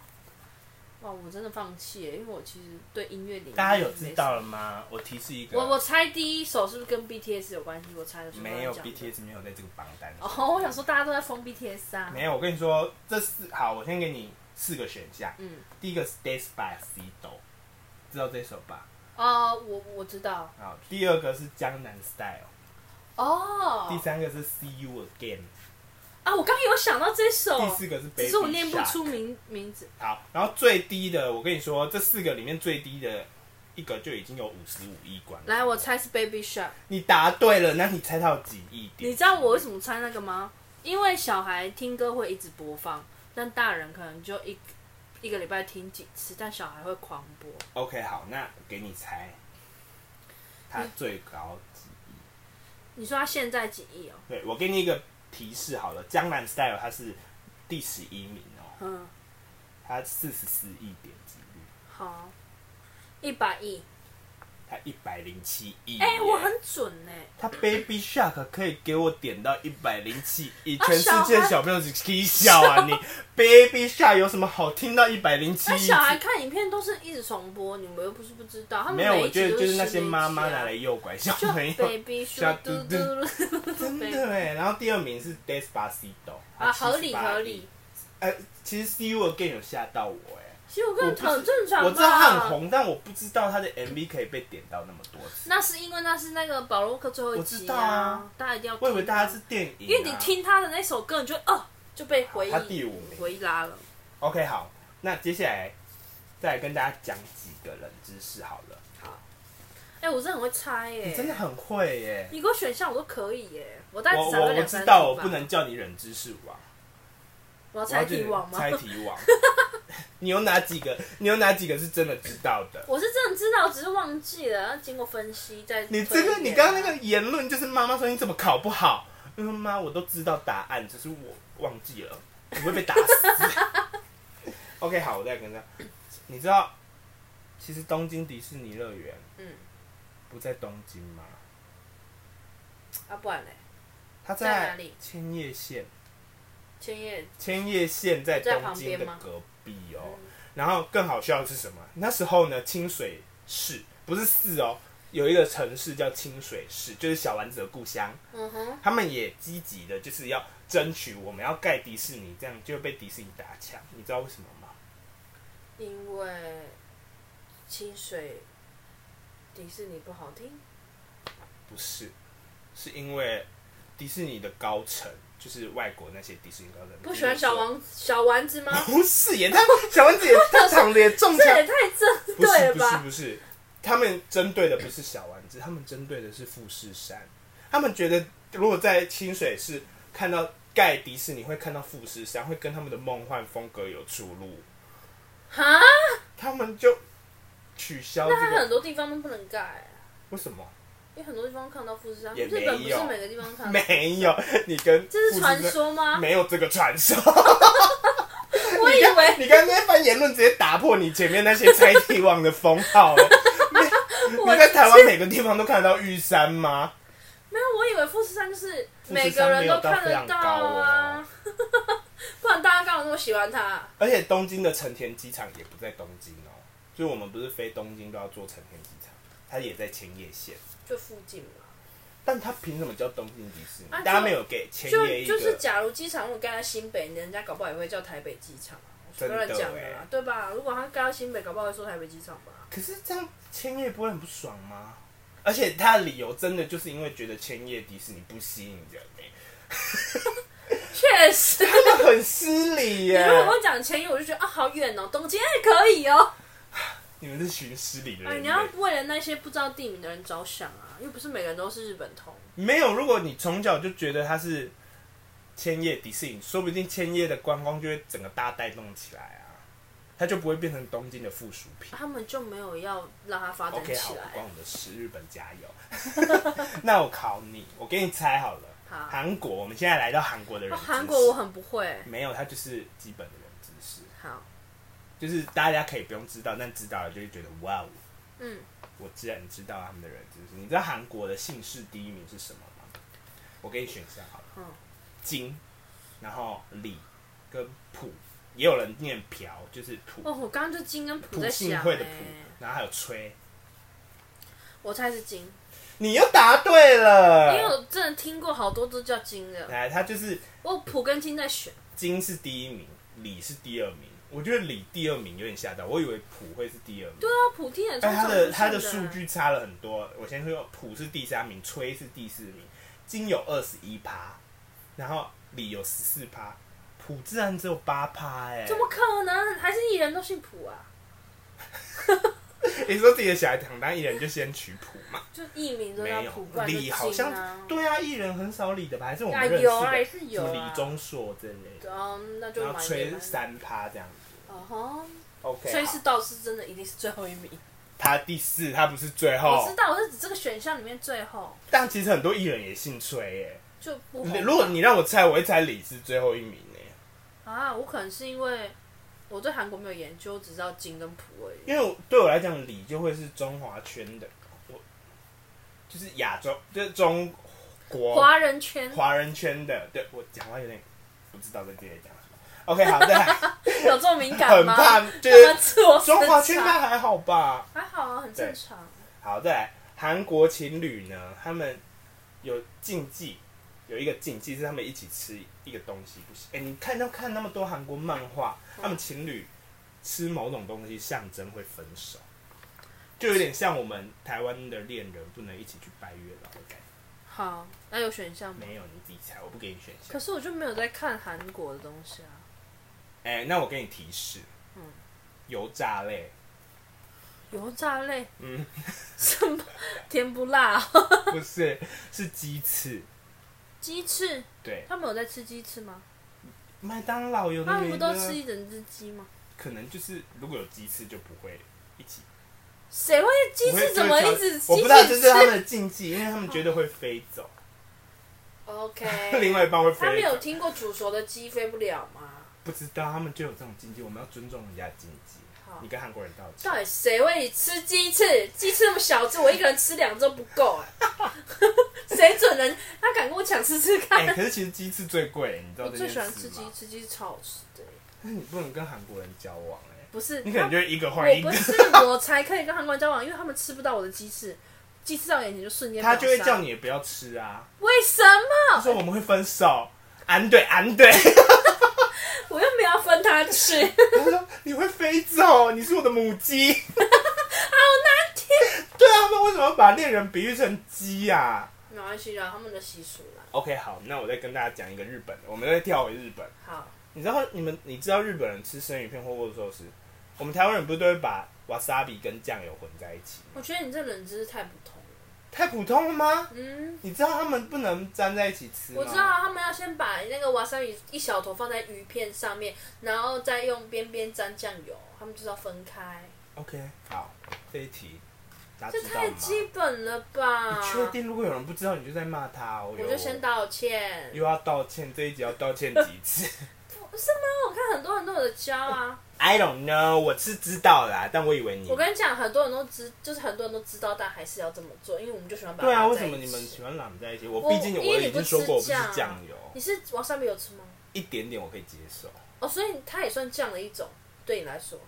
哇，我真的放弃了，因为我其实对音乐领域大家有知道没了吗？我提示一什么。我个，我猜第一首是不是跟 BTS 有关系？我猜的是我没有讲的 BTS 没有在这个榜单上。 哦，我想说大家都在封 BTS 啊。没有，我跟你说，这四好，我先给你四个选项。嗯，第一个是 Despacito，知道这首吧？哦，我我知道。好，第二个是江南 Style，哦。第三个是 See You Again，啊，我刚刚有想到这首，第四个是 Baby 哦只是我念不 Shark 出名名字。好，然后最低的，我跟你说，这四个里面最低的一个就已经有五十五亿观。来，我，猜是 Baby Shark。你答对了，那你猜到几亿点？你知道我为什么猜那个吗？因为小孩听歌会一直播放，但大人可能就一一个礼拜听几次，但小孩会狂播。 OK，好，那给你猜，它最高级。你说他现在几亿哦？对我给你一个提示好了，《江南 Style》它是第十一名哦，嗯，它四十四亿点击率，好，一百亿。它一百零七亿。哎、我很准哎、它 Baby Shark 可以给我点到一百零七亿，啊全世界小孩小朋友只可以笑啊你 Baby Shark 有什么好听到一百零七亿？那啊哎小孩看影片都是一直重播，你们又不是不知道，他们没有，每我一觉得集都就是是那些十年妈集妈啊拿来诱拐小就朋友， baby 小 shark 嘟嘟嘟嘟噜，真的哎。然后第二名是 Despacito 啊，合理78合亿理。呃，其实 See You Again 有吓到我哎、其实我我跟不你是很正常我知道他吧很红，但我不知道他的 MV 可以被点到那么多次。那是因为那是那个保罗克最后一我知集道啊大家一定要听啊。我以为大家是电影、啊，因为你听他的那首歌，你就哦就被回忆他第五名回忆拉了。 OK 好，那接下来再来跟大家讲几个冷知识好了。哎、我真的很会猜耶、你真的很会耶、你给我选项我都可以耶、我大概我只找我到我两三知题道，我吧不能叫你冷知识王，我要我要猜题王叫吗你？猜题王。 你有哪几个？你有哪几个是真的知道的？我是真的知道，只是忘记了，要经过分析再推你演啊。这个，你刚刚那个言论就是妈妈说你怎么考不好？嗯，妈，我都知道答案，只是我忘记了，你会被打 死。OK，好，我再跟他。你知道，其实东京迪士尼乐园嗯，不在东京吗？啊不然嘞，它在哪里千叶县，千叶千叶县在在东旁京边的吗嗯隔壁哦。然后更好笑的是什么？那时候呢，清水市不是市哦，有一个城市叫清水市，就是小丸子的故乡。嗯哼，他们也积极的，就是要争取我们要盖迪士尼，这样就会被迪士尼打枪。你知道为什么吗？因为清水迪士尼不好听，不是，是因为迪士尼的高层，就是外国那些迪士尼高层，不喜欢小王，王小丸子吗？不是也，他小丸子 也他躺着也中这也枪，太正不对是了不是吧？不是，他们针对的不是小丸子，他们针对的是富士山。他们觉得如果在清水市看到盖迪士尼，会看到富士山，会跟他们的梦幻风格有出入。哈，他们就取消这那它很个。多地方都不能盖啊、为什么？因为很多地方看得到富士山，也日没有本不是每个地方看得到，没有，你跟这是富士传山说吗？没有这个传说。 我以为你刚刚那番言论直接打破你前面那些猜题王的封号 了。你我在台湾每个地方都看得到玉山吗？没有，我以为富士山就是富每士个山没人有都到看非常得到高啊哦，， 不然大家干嘛那么喜欢它、而且东京的成田机场也不在东京哦，就是我们不是飞东京都要坐成田机场，它也在千叶县。就附近嘛。但他凭什么叫东京迪士尼？啊就大家没有给千就叶一个，就是假如机场如果盖在新北，人家搞不好也会叫台北机场啊，我随真的便乱讲的欸啦，对吧？如果他盖到新北，搞不好会说台北机场吧？可是这样千叶不会很不爽吗？而且他的理由真的就是因为觉得千叶迪士尼不吸引人、欸，确实，真的很失礼耶、你如果跟我讲千叶，我就觉得啊好远哦，东京也可以哦。你们这群失礼的哎，人你类、要为了那些不知道地名的人着想啊，又不是每个人都是日本通。没有，如果你从小就觉得他是千叶迪士尼，说不定千叶的观光就会整个大带动起来啊，它就不会变成东京的附属品。他们就没有要让它发展 OK，好，起不来。关我的事，日本加油。 那我考你，我给你猜好了。好韩国，我们现在来到韩国的人哦知识。韩、国我很不会。没有，它就是基本的人知识，好，就是大家可以不用知道，但知道了就会觉得哇哦，嗯，我既然知道他们的人知识。你知道韩国的姓氏第一名是什么吗？我给你选项好了。嗯，金，然后李跟朴，也有人念朴，就是朴，哦，我刚刚就金跟朴朴在信想、惠的朴欸，，然后还有崔。我猜是金，你又答对因为了，我真的听过好多都叫金的，来，他就是我朴跟金在选。金是第一名，李是第二名。我觉得李第二名有点吓到，我以为朴会是第二名。对啊，朴听起来超但哎他的常出现他的数据差了很多。我先说普是第三名，崔是第四名，金有二十一趴，然后李有十四趴，普自然只有八趴哎。欸怎么可能？还是艺人都姓朴啊？你说自己的小孩躺当艺人就先取普嘛？就艺名都叫没朴，有不，然就李好金像啊。对啊，艺人很少李的吧？还是我们啊认识有啊的也是什有么啊李钟硕之类的，嗯，那就然后蛮崔严是的。三啊趴这样子。哦吼， OK，所以好是倒是真的一定是最后一名。他第四，他不是最我知后。道，我是指这个选项里面最后但其实很多艺人也姓崔耶。就不你红。如果你让我猜，我会猜李是最后一名耶。啊，我可能是因为我对韩国没有研究，只知道金跟朴而已。因为我对我来讲，李就会是中华圈的，我就是亚洲，就是中国华人圈，华人圈的。对我讲话有点不知道在这里讲什么。OK，好，再来，有这么敏感很吗？怕就 干是嘛自我审中查华圈应该还好吧？还好啊，很正常。好，再来，韩国情侣呢，他们有禁忌，有一个禁忌是他们一起吃一个东西不行。哎、你看到看那么多韩国漫画，他们情侣吃某种东西象征会分手，就有点像我们台湾的恋人不能一起去拜月老的感觉。好，那有选项吗？没有，你自己猜，我不给你选项可。是我就没有在看韩国的东西啊。哎、那我给你提示，嗯油炸类， 油炸类嗯， 什么甜不辣啊、不是，是鸡翅。鸡翅，对，他们有在吃鸡翅吗？麦当劳有他那们不个，都吃一整只鸡吗？可能就是如果有鸡翅就不会一起谁会鸡翅怎么一直我不鸡知道这翅是他们吃的禁忌，因为他们觉得会飞走，另 ？OK，外一半会他们飞有走。听过煮熟的鸡飞不了吗？不知道他们就有这种禁忌，我们要尊重人家的禁忌。好你跟韩国人道歉到。底谁会吃鸡翅？鸡翅那么小只，我一个人吃两只都不够哎、 谁准人？他敢跟我抢吃吃看？哎、可是其实鸡翅最贵，你知道我这最件喜事吗？欢吃鸡翅，鸡翅超好吃的。欸那你不能跟韩国人交往哎、不是，你可能就一个他换一我个不，是我才可以跟韩国人交往，因为他们吃不到我的鸡翅，鸡翅到眼前就瞬间他就会秒杀叫你也不要吃啊，为什他么？说我们会分手。安对安对， 我又没有分他吃，他说你会飞走，你是我的母鸡，好难听。 对啊，他们为什么要把恋人比喻成鸡啊？ 没关系啦，他们的习俗啦。 OK，好，那我再跟大家讲一个日本的，我们再跳回日本。好，你知道你们你知道日本人吃生鱼片或握寿司，我们台湾人不是都会把 wasabi 跟酱油混在一起吗？我觉得你这冷知识太不同了。太普通了吗？嗯，你知道他们不能粘在一起吃吗？我知道啊他们要先把那个瓦萨比一小坨放在鱼片上面，然后再用边边沾酱油，他们就是要分开。 OK，好，这一题大家这知道太吗？基你本了吧？确定？如果有人不知道，你就在骂他哦。我就先道，道歉。又要道歉，这一集要道歉几次 不是吗？我看很多人都有的教啊。 ？I don't know，我是知道啦，但我以为你我跟你讲，很多人都知，就是很多人都知道，但还是要这么做，因为我们就喜欢把它对啊，放为在什么一你起们喜欢揽在一起？我我毕竟因为我你已不经说吃过我不是酱酱油，你是瓦萨比有吃吗？一点点我可以接受，哦，所以它也算酱的一种，对你来说。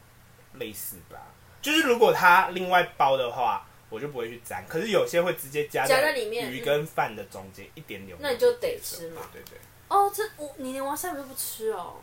类似吧。就是如果它另外包的话，我就不会去沾。可是有些会直接加夹在里面鱼嗯跟饭的中间一点点，那你就得吃嘛对对对，哦，这我你连瓦萨比都不吃哦。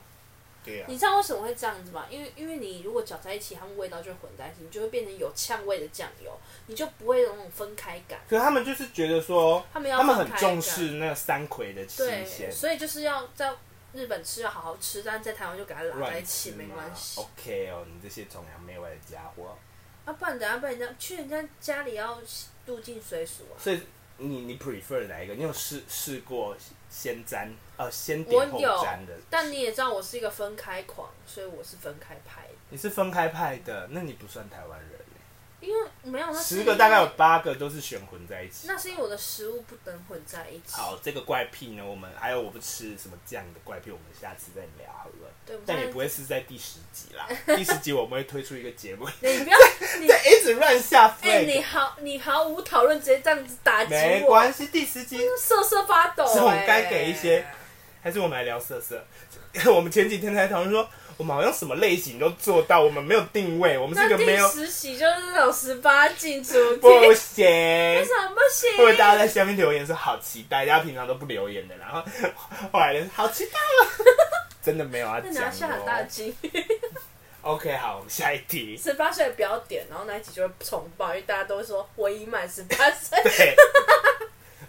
对啊呀、你知道为什么会这样子吗？因为因为你如果搅在一起，它们味道就会混在一起，你就会变成有呛味的酱油，你就不会有那种分开感。可是他们就是觉得说，他们要他们分很开重感视那个山葵的新对，鲜，所以就是要在日本吃要好好吃，但是在台湾就给它拉在乱一起，吃没嘛关系。 OK 哦，你这些崇洋媚外的家伙，啊，不然等下被人家去人家家里要入境随俗啊。所以你你 prefer 哪一个？你有试试过先沾呃先我点后有沾的？，但你也知道我是一个分开狂，所以我是分开拍的，你是分开派的，那你不算台湾人欸。因为没有哦那是十因个为大概有八个都是选混在一起。那是因为我的食物不能混在一起。好，这个怪癖呢，我们还有我不吃什么酱的怪癖，我们下次再聊好 了。对，我但也现在不会是在第十集 啦，第十集我们会推出一个节目，你不要你对，一直乱下哎、你 flag，、毫你毫无讨论，直接这样子打击我，没关系，第十集瑟瑟发抖、这种哎该给一些还是我们来聊色色。 我们前几天才讨论说，我们好像什么类型都做到，我们没有定位，我们是一那个没第有十期就是那种十八禁主题，不为行。什么不 行？或者大家在下面留言说好期待，大家平常都不留言的，然后 后来人好期待了， 真的没有要那你要下讲很大哦的。金， OK，好，我们下一题。十八岁的不要点，然后那一集就会重爆，因为大家都会说我已满十八岁。对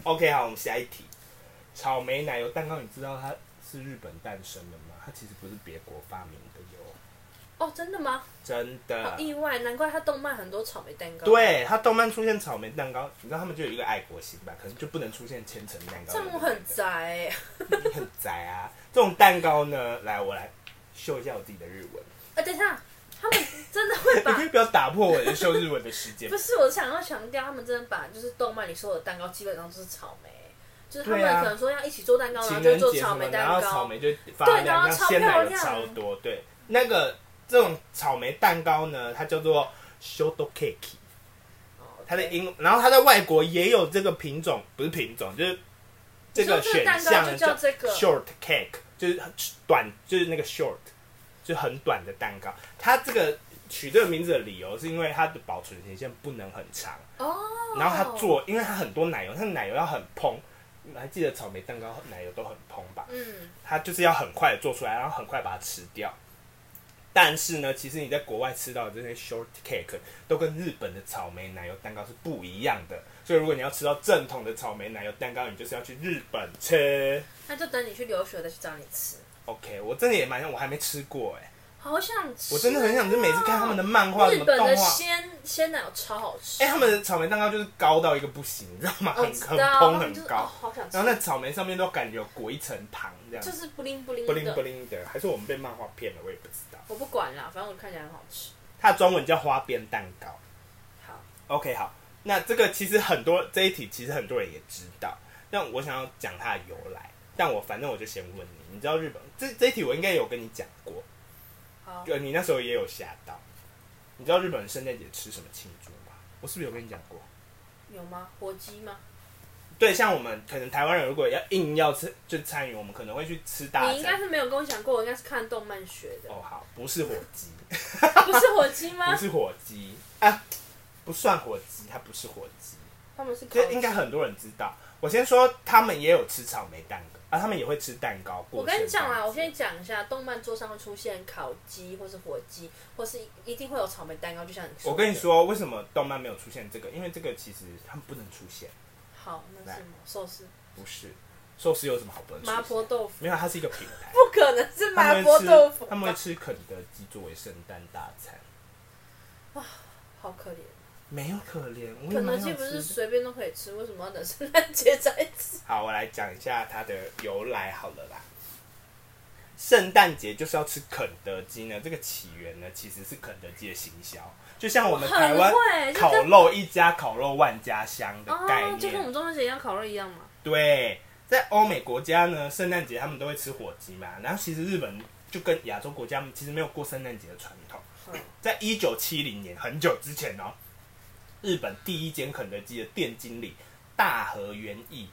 ，OK，好，我们下一题。草莓奶油蛋糕，你知道它是日本诞生的吗？它其实不是别国发明的哟，哦，真的吗？真的。好意外，难怪他动漫很多草莓蛋糕。，啊对，它动漫出现草莓蛋糕，你知道他们就有一个爱国心吧？可能就不能出现千层蛋糕。这么很宅、哎你很宅啊！这种蛋糕呢，来，我来秀一下我自己的日文。啊，等一下，他们真的 会你把可以不要打破我的秀日文的时间不。是，我想要强调，他们真的把就是动漫里所有的蛋糕基本上都是草莓，就是他对们啊可能说要一起做蛋糕，然后情就人做节什草么，莓然后蛋草糕。莓就发对然亮，后那超鲜奶漂油亮超多。对，那个这种草莓蛋糕呢，它叫做 short cake。哦它的 OK 英，然后它在外国也有这个品种，不是品种，就是这个你说这选个蛋糕项就呢叫这个 short cake，就是很短，就是那个 short，就是很短的蛋糕。它这个取这个名字的理由是因为它的保存期限不能很长，哦，然后它做，因为它很多奶油，它的奶油要很蓬，你还记得草莓蛋糕奶油都很蓬吧？嗯，它就是要很快的做出来，然后很快把它吃掉。但是呢，其实你在国外吃到的这些 short cake 都跟日本的草莓奶油蛋糕是不一样的，所以如果你要吃到正统的草莓奶油蛋糕，你就是要去日本吃。那就等你去留学再去找你吃。 OK，我真的也蛮想，我还没吃过哎、好想吃、啊我真的很想吃。每次看他们的漫画、什日么本动的画，鲜鲜奶油超好吃。哎、他们的草莓蛋糕就是高到一个不行，你知道吗？我很哦知很道，蓬他们就很是哦高，好想吃。然后那草莓上面都感觉有裹一层糖这样就子，是布灵布灵不灵的不灵的，还是我们被漫画骗了，我也不知道。我不管啦，反正我看起来很好吃。它的中文叫花边蛋糕。好， OK，好，那这个其实很多这一题其实很多人也知道，但我想要讲它的由来，但我反正我就先问你，你知道日本这这一题我应该有跟你讲过，呃好，就你那时候也有吓到，你知道日本人圣诞节吃什么庆祝吗？我是不是有跟你讲过？有吗？火鸡吗？对，像我们可能台湾人如果要硬要吃就参与，我们可能会去吃大你应该餐。是没有跟我讲过，我应该是看动漫学的，哦，好，不是火鸡，不是火鸡 吗不？是火鸡啊，不算火鸡，它不是火鸡。他们是烤这应该很多人知道。我先说，他们也有吃草莓蛋糕啊，他们也会吃蛋糕。我跟你讲啦，啦，我先讲一下，动漫桌上会出现烤鸡，或是火鸡，或是一定会有草莓蛋糕，就像你说。我跟你，说，为什么动漫没有出现这个？因为这个其实他们不能出现，好，那是什么？寿司、不是寿司有什么好不能出麻现？婆豆腐，没有，它是一个品牌。不可能是他麻们会婆吃豆腐吧，他们会吃肯德基作为圣诞大餐，好可怜。没有可怜。我也肯德蛮基想不是吃的。随便都可以吃，为什么要等圣诞节才吃？好，我来讲一下它的由来好了啦。圣诞节就是要吃肯德基呢，这个起源呢其实是肯德基的行销，就像我们台很湾会，就烤跟肉一家烤肉万家香 的概哦，就跟念。我们中秋节一样烤肉一样嘛。对，在欧美国家呢，圣诞节他们都会吃火鸡嘛。然后其实日本就跟亚洲国家其实没有过圣诞节的传统。嗯在一九七零年，很久之前哦，日本第一间肯德基的店经理大和元义，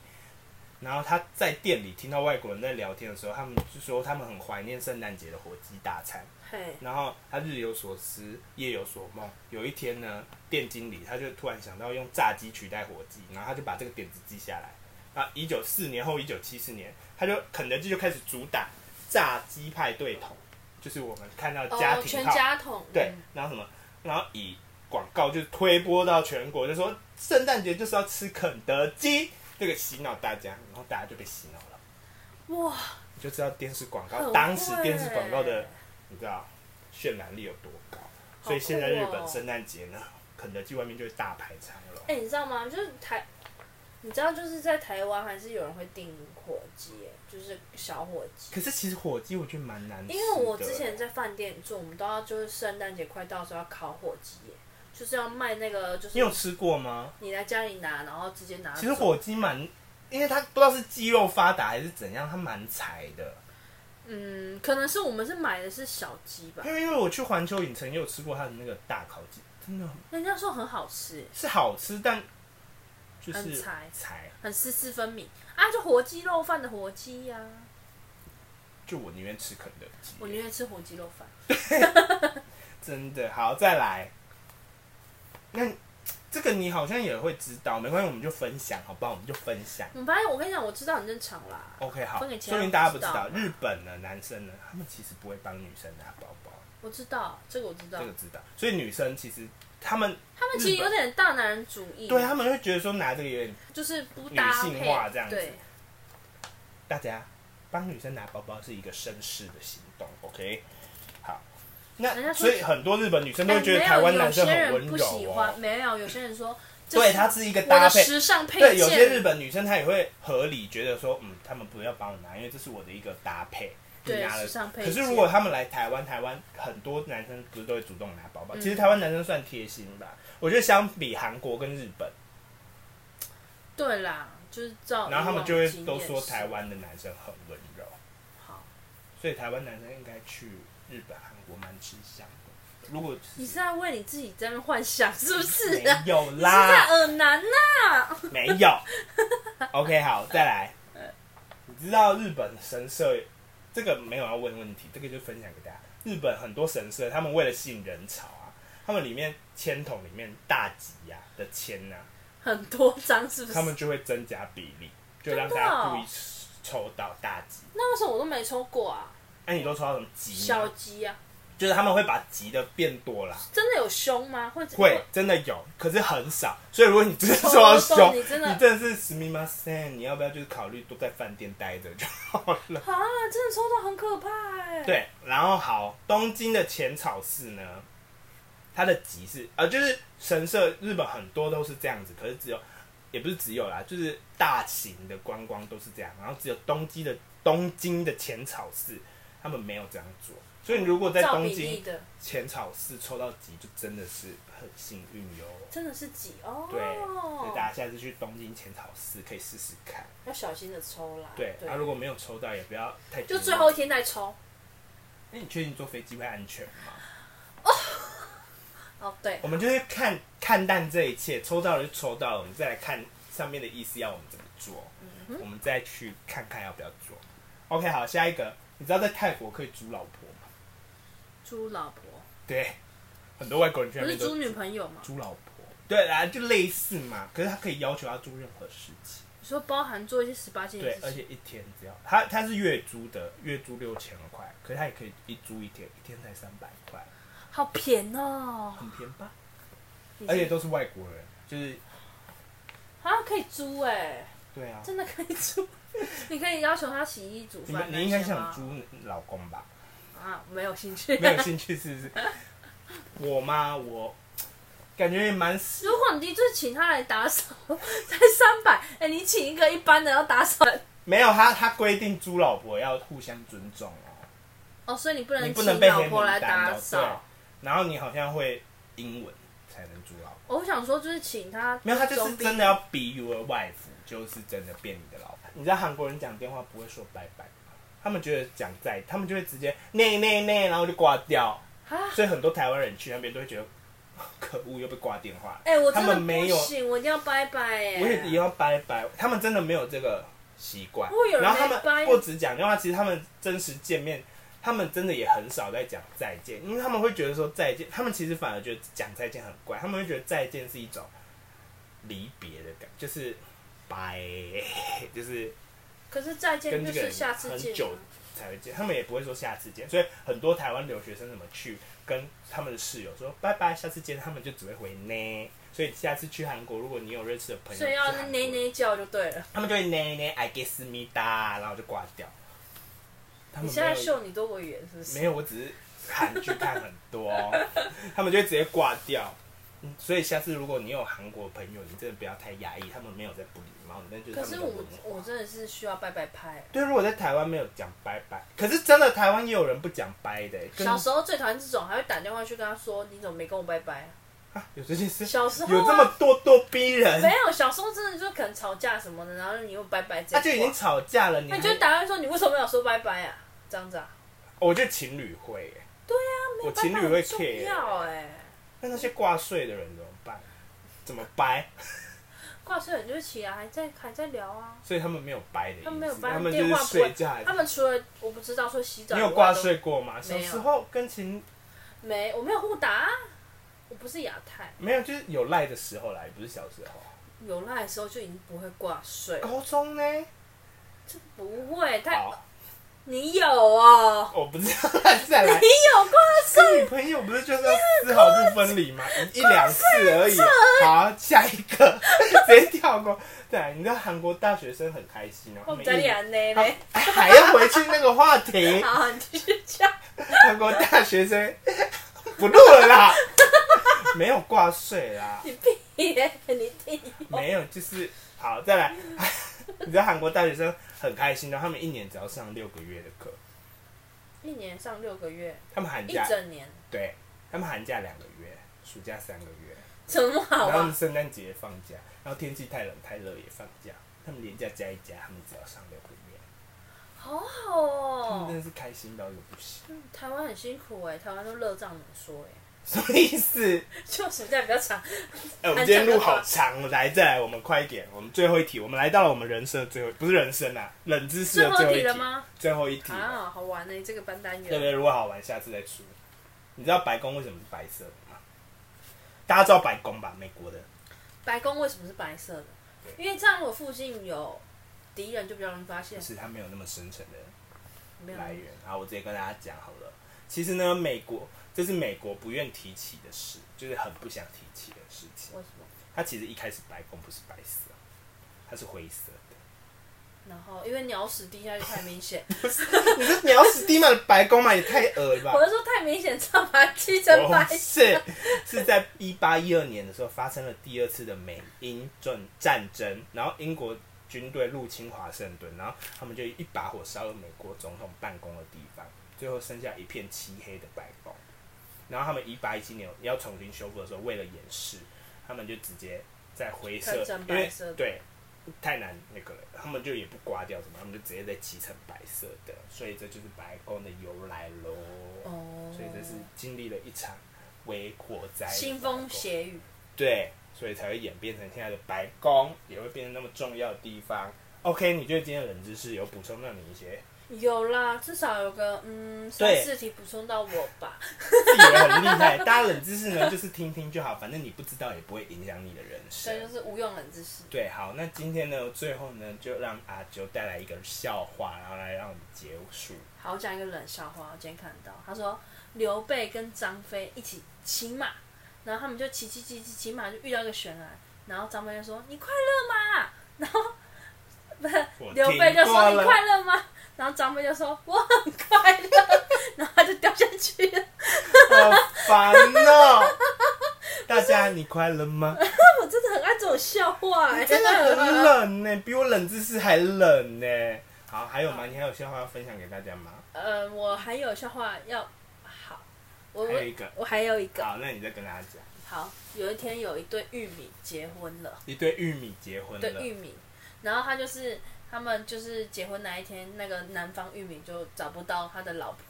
然后他在店里听到外国人在聊天的时候，他们就说他们很怀念圣诞节的火鸡大餐。嘿，然后他日有所思，夜有所梦。有一天呢，店经理他就突然想到用炸鸡取代火鸡，然后他就把这个点子记下来。啊，一九四年后，一九七四年，他就肯德基就开始主打炸鸡派对桶，就是我们看到家哦，庭全号、家桶，对，然后什么，然后以广告就推播到全国，就说圣诞节就是要吃肯德基，这个洗脑大家，然后大家就被洗脑了，哇，你就知道电视广很告会当时电视广告的你知道渲染力有多高，所以现在日哦本圣诞节呢，肯德基外面就会大排长龙。哎、你知道吗？就是台，你知道就是在台湾还是有人会订火鸡耶，就是小火鸡。可是其实火鸡我觉得蛮难吃的，因为我之前在饭店做，我们都要就是圣诞节快到的时候要烤火鸡耶，就是要卖那个就是你有吃过吗？你来家里拿，然后直接拿走。其实火鸡蛮，因为它不知道是肌肉发达还是怎样，它蛮柴的。嗯，可能是我们是买的是小鸡吧，因为因为我去环球影城也有吃过它的那个大烤鸡，真的人家说很好吃耶，是好吃，但就很是柴柴很丝丝分明啊，就火鸡肉饭的火鸡呀、就我宁愿吃肯德基，我宁愿吃火鸡肉饭。真的好再来。那这个你好像也会知道，没关系，我们就分享，好不好？我们就分享。我发现我跟你讲，我知道很正常啦。 OK，好，分给其说他人明大家不不知知道道，日本的男生呢，他们其实不会帮女生拿包包，我知道这个，我知道这个。知道。所以女生其实他们他们其实有点大男人主义，对他们会觉得说拿这个有点，就是不搭女性配化这样子对，大家帮女生拿包包是一个绅士的行动，OK？好，人那家说所以很多日本女生都哎会觉得没有台湾男有生些很人温不柔喜哦欢，，没有有些人说，这对，是它是一个我搭的配。时尚配对，件，有些日本女生她也会合理觉得说，嗯，他们不要帮我拿，因为这是我的一个搭配。你对拿了时尚配可件是如果他们来台湾，台湾很多男生不是都会主动拿包包？嗯其实台湾男生算贴心吧，我觉得相比韩国跟日本，对啦，就是照哦以往的经验是，然后他们就会都说台湾的男生很温柔，好。所以台湾男生应该去日本、韩国蛮吃香的。如果你是在为你自己在那边幻想是不是没啊？有你是在啦，耳男啊呐、没 有。OK，好，再来。你知道日本神社这个没有要问问题，这个就分享给大家。日本很多神社，他们为了吸引人潮啊，他们里面签筒里面大吉呀、的签呐、很多张是不是？他们就会增加比例，就让大真的家哦故意抽到大吉。那为什么我都没抽过啊？哎、你都抽到什么吉吗？小鸡啊，就是他们会把急的变多啦，真的有胸吗？或者会真的有，可是很少。所以如果你真的说要哦我凶，懂你真的你真的是死命吗？三，你要不要就是考虑多在饭店待着就好了？啊，真的抽到很可怕哎、，对，然后好，东京的浅草寺呢，它的集是呃，就是神社，日本很多都是这样子，可是只有也不是只有啦，就是大型的观光都是这样，然后只有东京的东京的浅草寺，他们没有这样做。所以你如果在照东比京例，的，浅草寺抽到集，就真的是很幸运哟。真的是几哦？对，所以大家下次去东京浅草寺可以试试看。要小心的抽啦。对，那、如果没有抽到，也不要太就绝最望后一。天再抽。那你确定坐飞机会安全吗？哦，对我，们就是看看淡这一切，抽到了就抽到了，我们再来看上面的意思要我们怎么做，嗯我们再去看看要不要做。OK，好，下一个，你知道在泰国可以租老婆吗？猪老婆对，很多外国人去不那是边猪都女朋友吗？租老婆，对啊，就类似嘛。可是他可以要求他做任何事情。你说包含做一些十八禁的对事，而情，且一天只要他他是月租的，月租六千块，可是他也可以一租一天，一天才三百块，好便哦。很便宜吧？你是而且都是外国人，就是啊，可以租哎，对啊，真的可以租。 你可以要求他洗衣煮你们饭那些吗。你应该想租老公吧？啊？没有兴趣。没有兴趣是不是？我吗？我感觉也蛮死如果你就是请他来打扫，才三百，哎，你请一个一般的要打扫，没有他他规定租老婆要互相尊重哦，哦，所以你不你能不请能被黑老名婆来单打哦。对扫。，然后你好像会英文才能租老婆。我想说，就是请他没有，他就是装逼真的要 be your wife，就是真的变你的老板。你知道韩国人讲电话不会说拜拜吗？他们觉得讲再，他们就会直接那那那，然后就挂掉。啊。所以很多台湾人去那边都会觉得， 可恶，又被挂电话了。哎、我他真的们没有不行，我一定要拜拜哎、我也也要拜拜，他们真的没有这个习惯会有。人然后他没掰们不止讲电话，其实他们真实见面，他们真的也很少在讲再见，因为他们会觉得说再见，他们其实反而觉得讲再见很怪，他们会觉得再见是一种离别的感觉，就是拜，就是可是再见跟就这个是人下次很见久啊，才会见，他们也不会说下次见，所以很多台湾留学生怎么去跟他们的室友说拜拜，下次见，他们就只会回呢。所以下次去韩国，如果你有认识的朋友，啊所以要是韩国内人内叫就对了。他们就会呢呢，I guess me da，然后就挂掉。他你们现在没有秀你多么远是不是？没有，我只是韩剧看很多，哦 他们就会直接挂掉。嗯所以下次如果你有韩国朋友，你真的不要太压抑，他们没有在不礼貌，那就是他可们是的文我化。我真的是需要拜拜拍。对，如果在台湾没有讲拜拜，可是真的台湾也有人不讲拜的、跟小时候最讨厌这种，还会打电话去跟他说：“你怎么没跟我拜拜啊啊有这件？”事，小时候、啊、有这么咄咄逼没人，有？小时候真的就可能吵架什么的，然后你又拜拜这他样。就已经吵架了，你那还你就打算说你为什么没有说拜拜啊？这样子啊？我觉得情侣会、欸，对啊，没有我情拜侣拜会很重 care 要哎、那那些挂睡的人怎么办？怎么掰？挂睡很就起来，还在还在聊啊。所以他们没有掰的意思，他们没有掰他们就电是话不会睡觉还是。他们除了我不知道说洗澡，你有挂？睡过吗？没小有时候跟情没，我没有互打、啊，我不是亚太。没有，就是有赖的时候啦，也不是小时候。有赖的时候就已经不会挂睡，高中呢？这不会太。好，你有哦，我不知道，再你 来。有挂睡，跟女朋友不是就是要丝毫不分离吗？一一两次而已。好，下一个， 直接跳过。对，你知道韩国大学生很开心哦，他我们们家里一安内他嘞。哎还要回去那个话 题。好，你继续讲。韩国大学生不录了 啦，没有挂睡啦，你屁嘞，你屁。没有就是好再来。 你知道韩国大学生很开心的，他们一年只要上六个月的课，一年上六个月，他们寒一假整年，对，他们寒假两个月，暑假三个月，怎么好然后他们啊？圣诞节放假，然后天气太冷太热也放假，他们连假加一加，他们只要上六个月，好好他们真哦。的是开心到一个不行， 台湾很辛苦哎、台湾都热胀冷缩哎、什么意思？就暑假比较长。哎、我们今天路好长，来再来，我们快一点，我们最后一题，我们来到了我们人生的最后，不是人生啊，冷知识的最最后后一一题题了吗？最后一题，啊，好玩呢、这个班单对不元。对？如果好玩，下次再出。你知道白宫为什么是白色的吗？大家知道白宫吧？美国的，白宫为什么是白色的？因为这样我附近有敌人，就比较容易发现就。是它没有那么深层的没有来源。好，我直接跟大家讲好了。其实呢，美国这是美国不愿提起的事，就是很不想提起的事情。为什么？它其实一开始白宫不是白色，它是灰色的。然后因为鸟屎滴下去太明 显，你是鸟屎地嘛？白宫嘛，也太恶了吧！我是说太明显，这样把它漆成白啊不色。是，是在一八一二年的时候发生了第二次的美英战战争，然后英国军队入侵华盛顿，然后他们就一把火烧了美国总统办公的地方，最后剩下一片漆黑的白宫。然后他们一八一七年要重新修复的时候，为了掩饰，他们就直接在灰色刻成，因白为色的对太难那个了，他们就也不刮掉什么，他们就直接在漆成白色的，所以这就是白宫的由来喽。哦所以这是经历了一场微火灾，腥风，血雨。对，所以才会演变成现在的白宫，也会变成那么重要的地方。OK，你觉得今天的冷知识有补充到你一些 有啦，至少有个嗯三对四题补充到我吧。自以为很厉害，大家冷知识呢就是听听就好，反正你不知道也不会影响你的人所以就生。是无用冷知识。对，好，那今天呢，最后呢就让阿九带来一个笑话，然后来让我们结束。好，我讲一个冷笑话，我今天看到，他说刘备跟张飞一起骑马，然后他们就骑骑骑骑骑马，就遇到一个悬崖，然后张飞就说你快乐吗？然后不是我刘备就听过说你了快乐吗？然后张飞就说我很快 乐，然后他就掉下去了。好烦哦、 大家你快乐吗？我真的很爱这种笑话、欸，真的很冷呢、比我冷知识还冷呢、好，还有吗？你还有笑话要分享给大家吗？ 呃，我还有笑话要好，我还有一个我还有一个好，那你再跟大家讲，好，有一天有一对玉米结婚了，一嗯对玉米结婚对了，玉米，然后他就是他们就是结婚那一天，那个男方玉米就找不到他的老婆，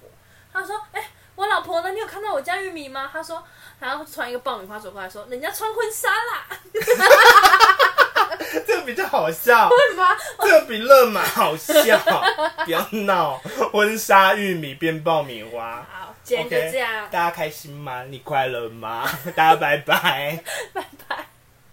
他说：“哎、我老婆呢？你有看到我家玉米吗？”他说，然后传一个爆米花走过来说：“人家穿婚纱啦。 这比比较好笑，对吗？这个比乐马好笑，不要闹，我是杀玉米变爆米花。好，今天就 OK 这样， 大家开心吗？你快乐吗？大家拜拜。拜拜。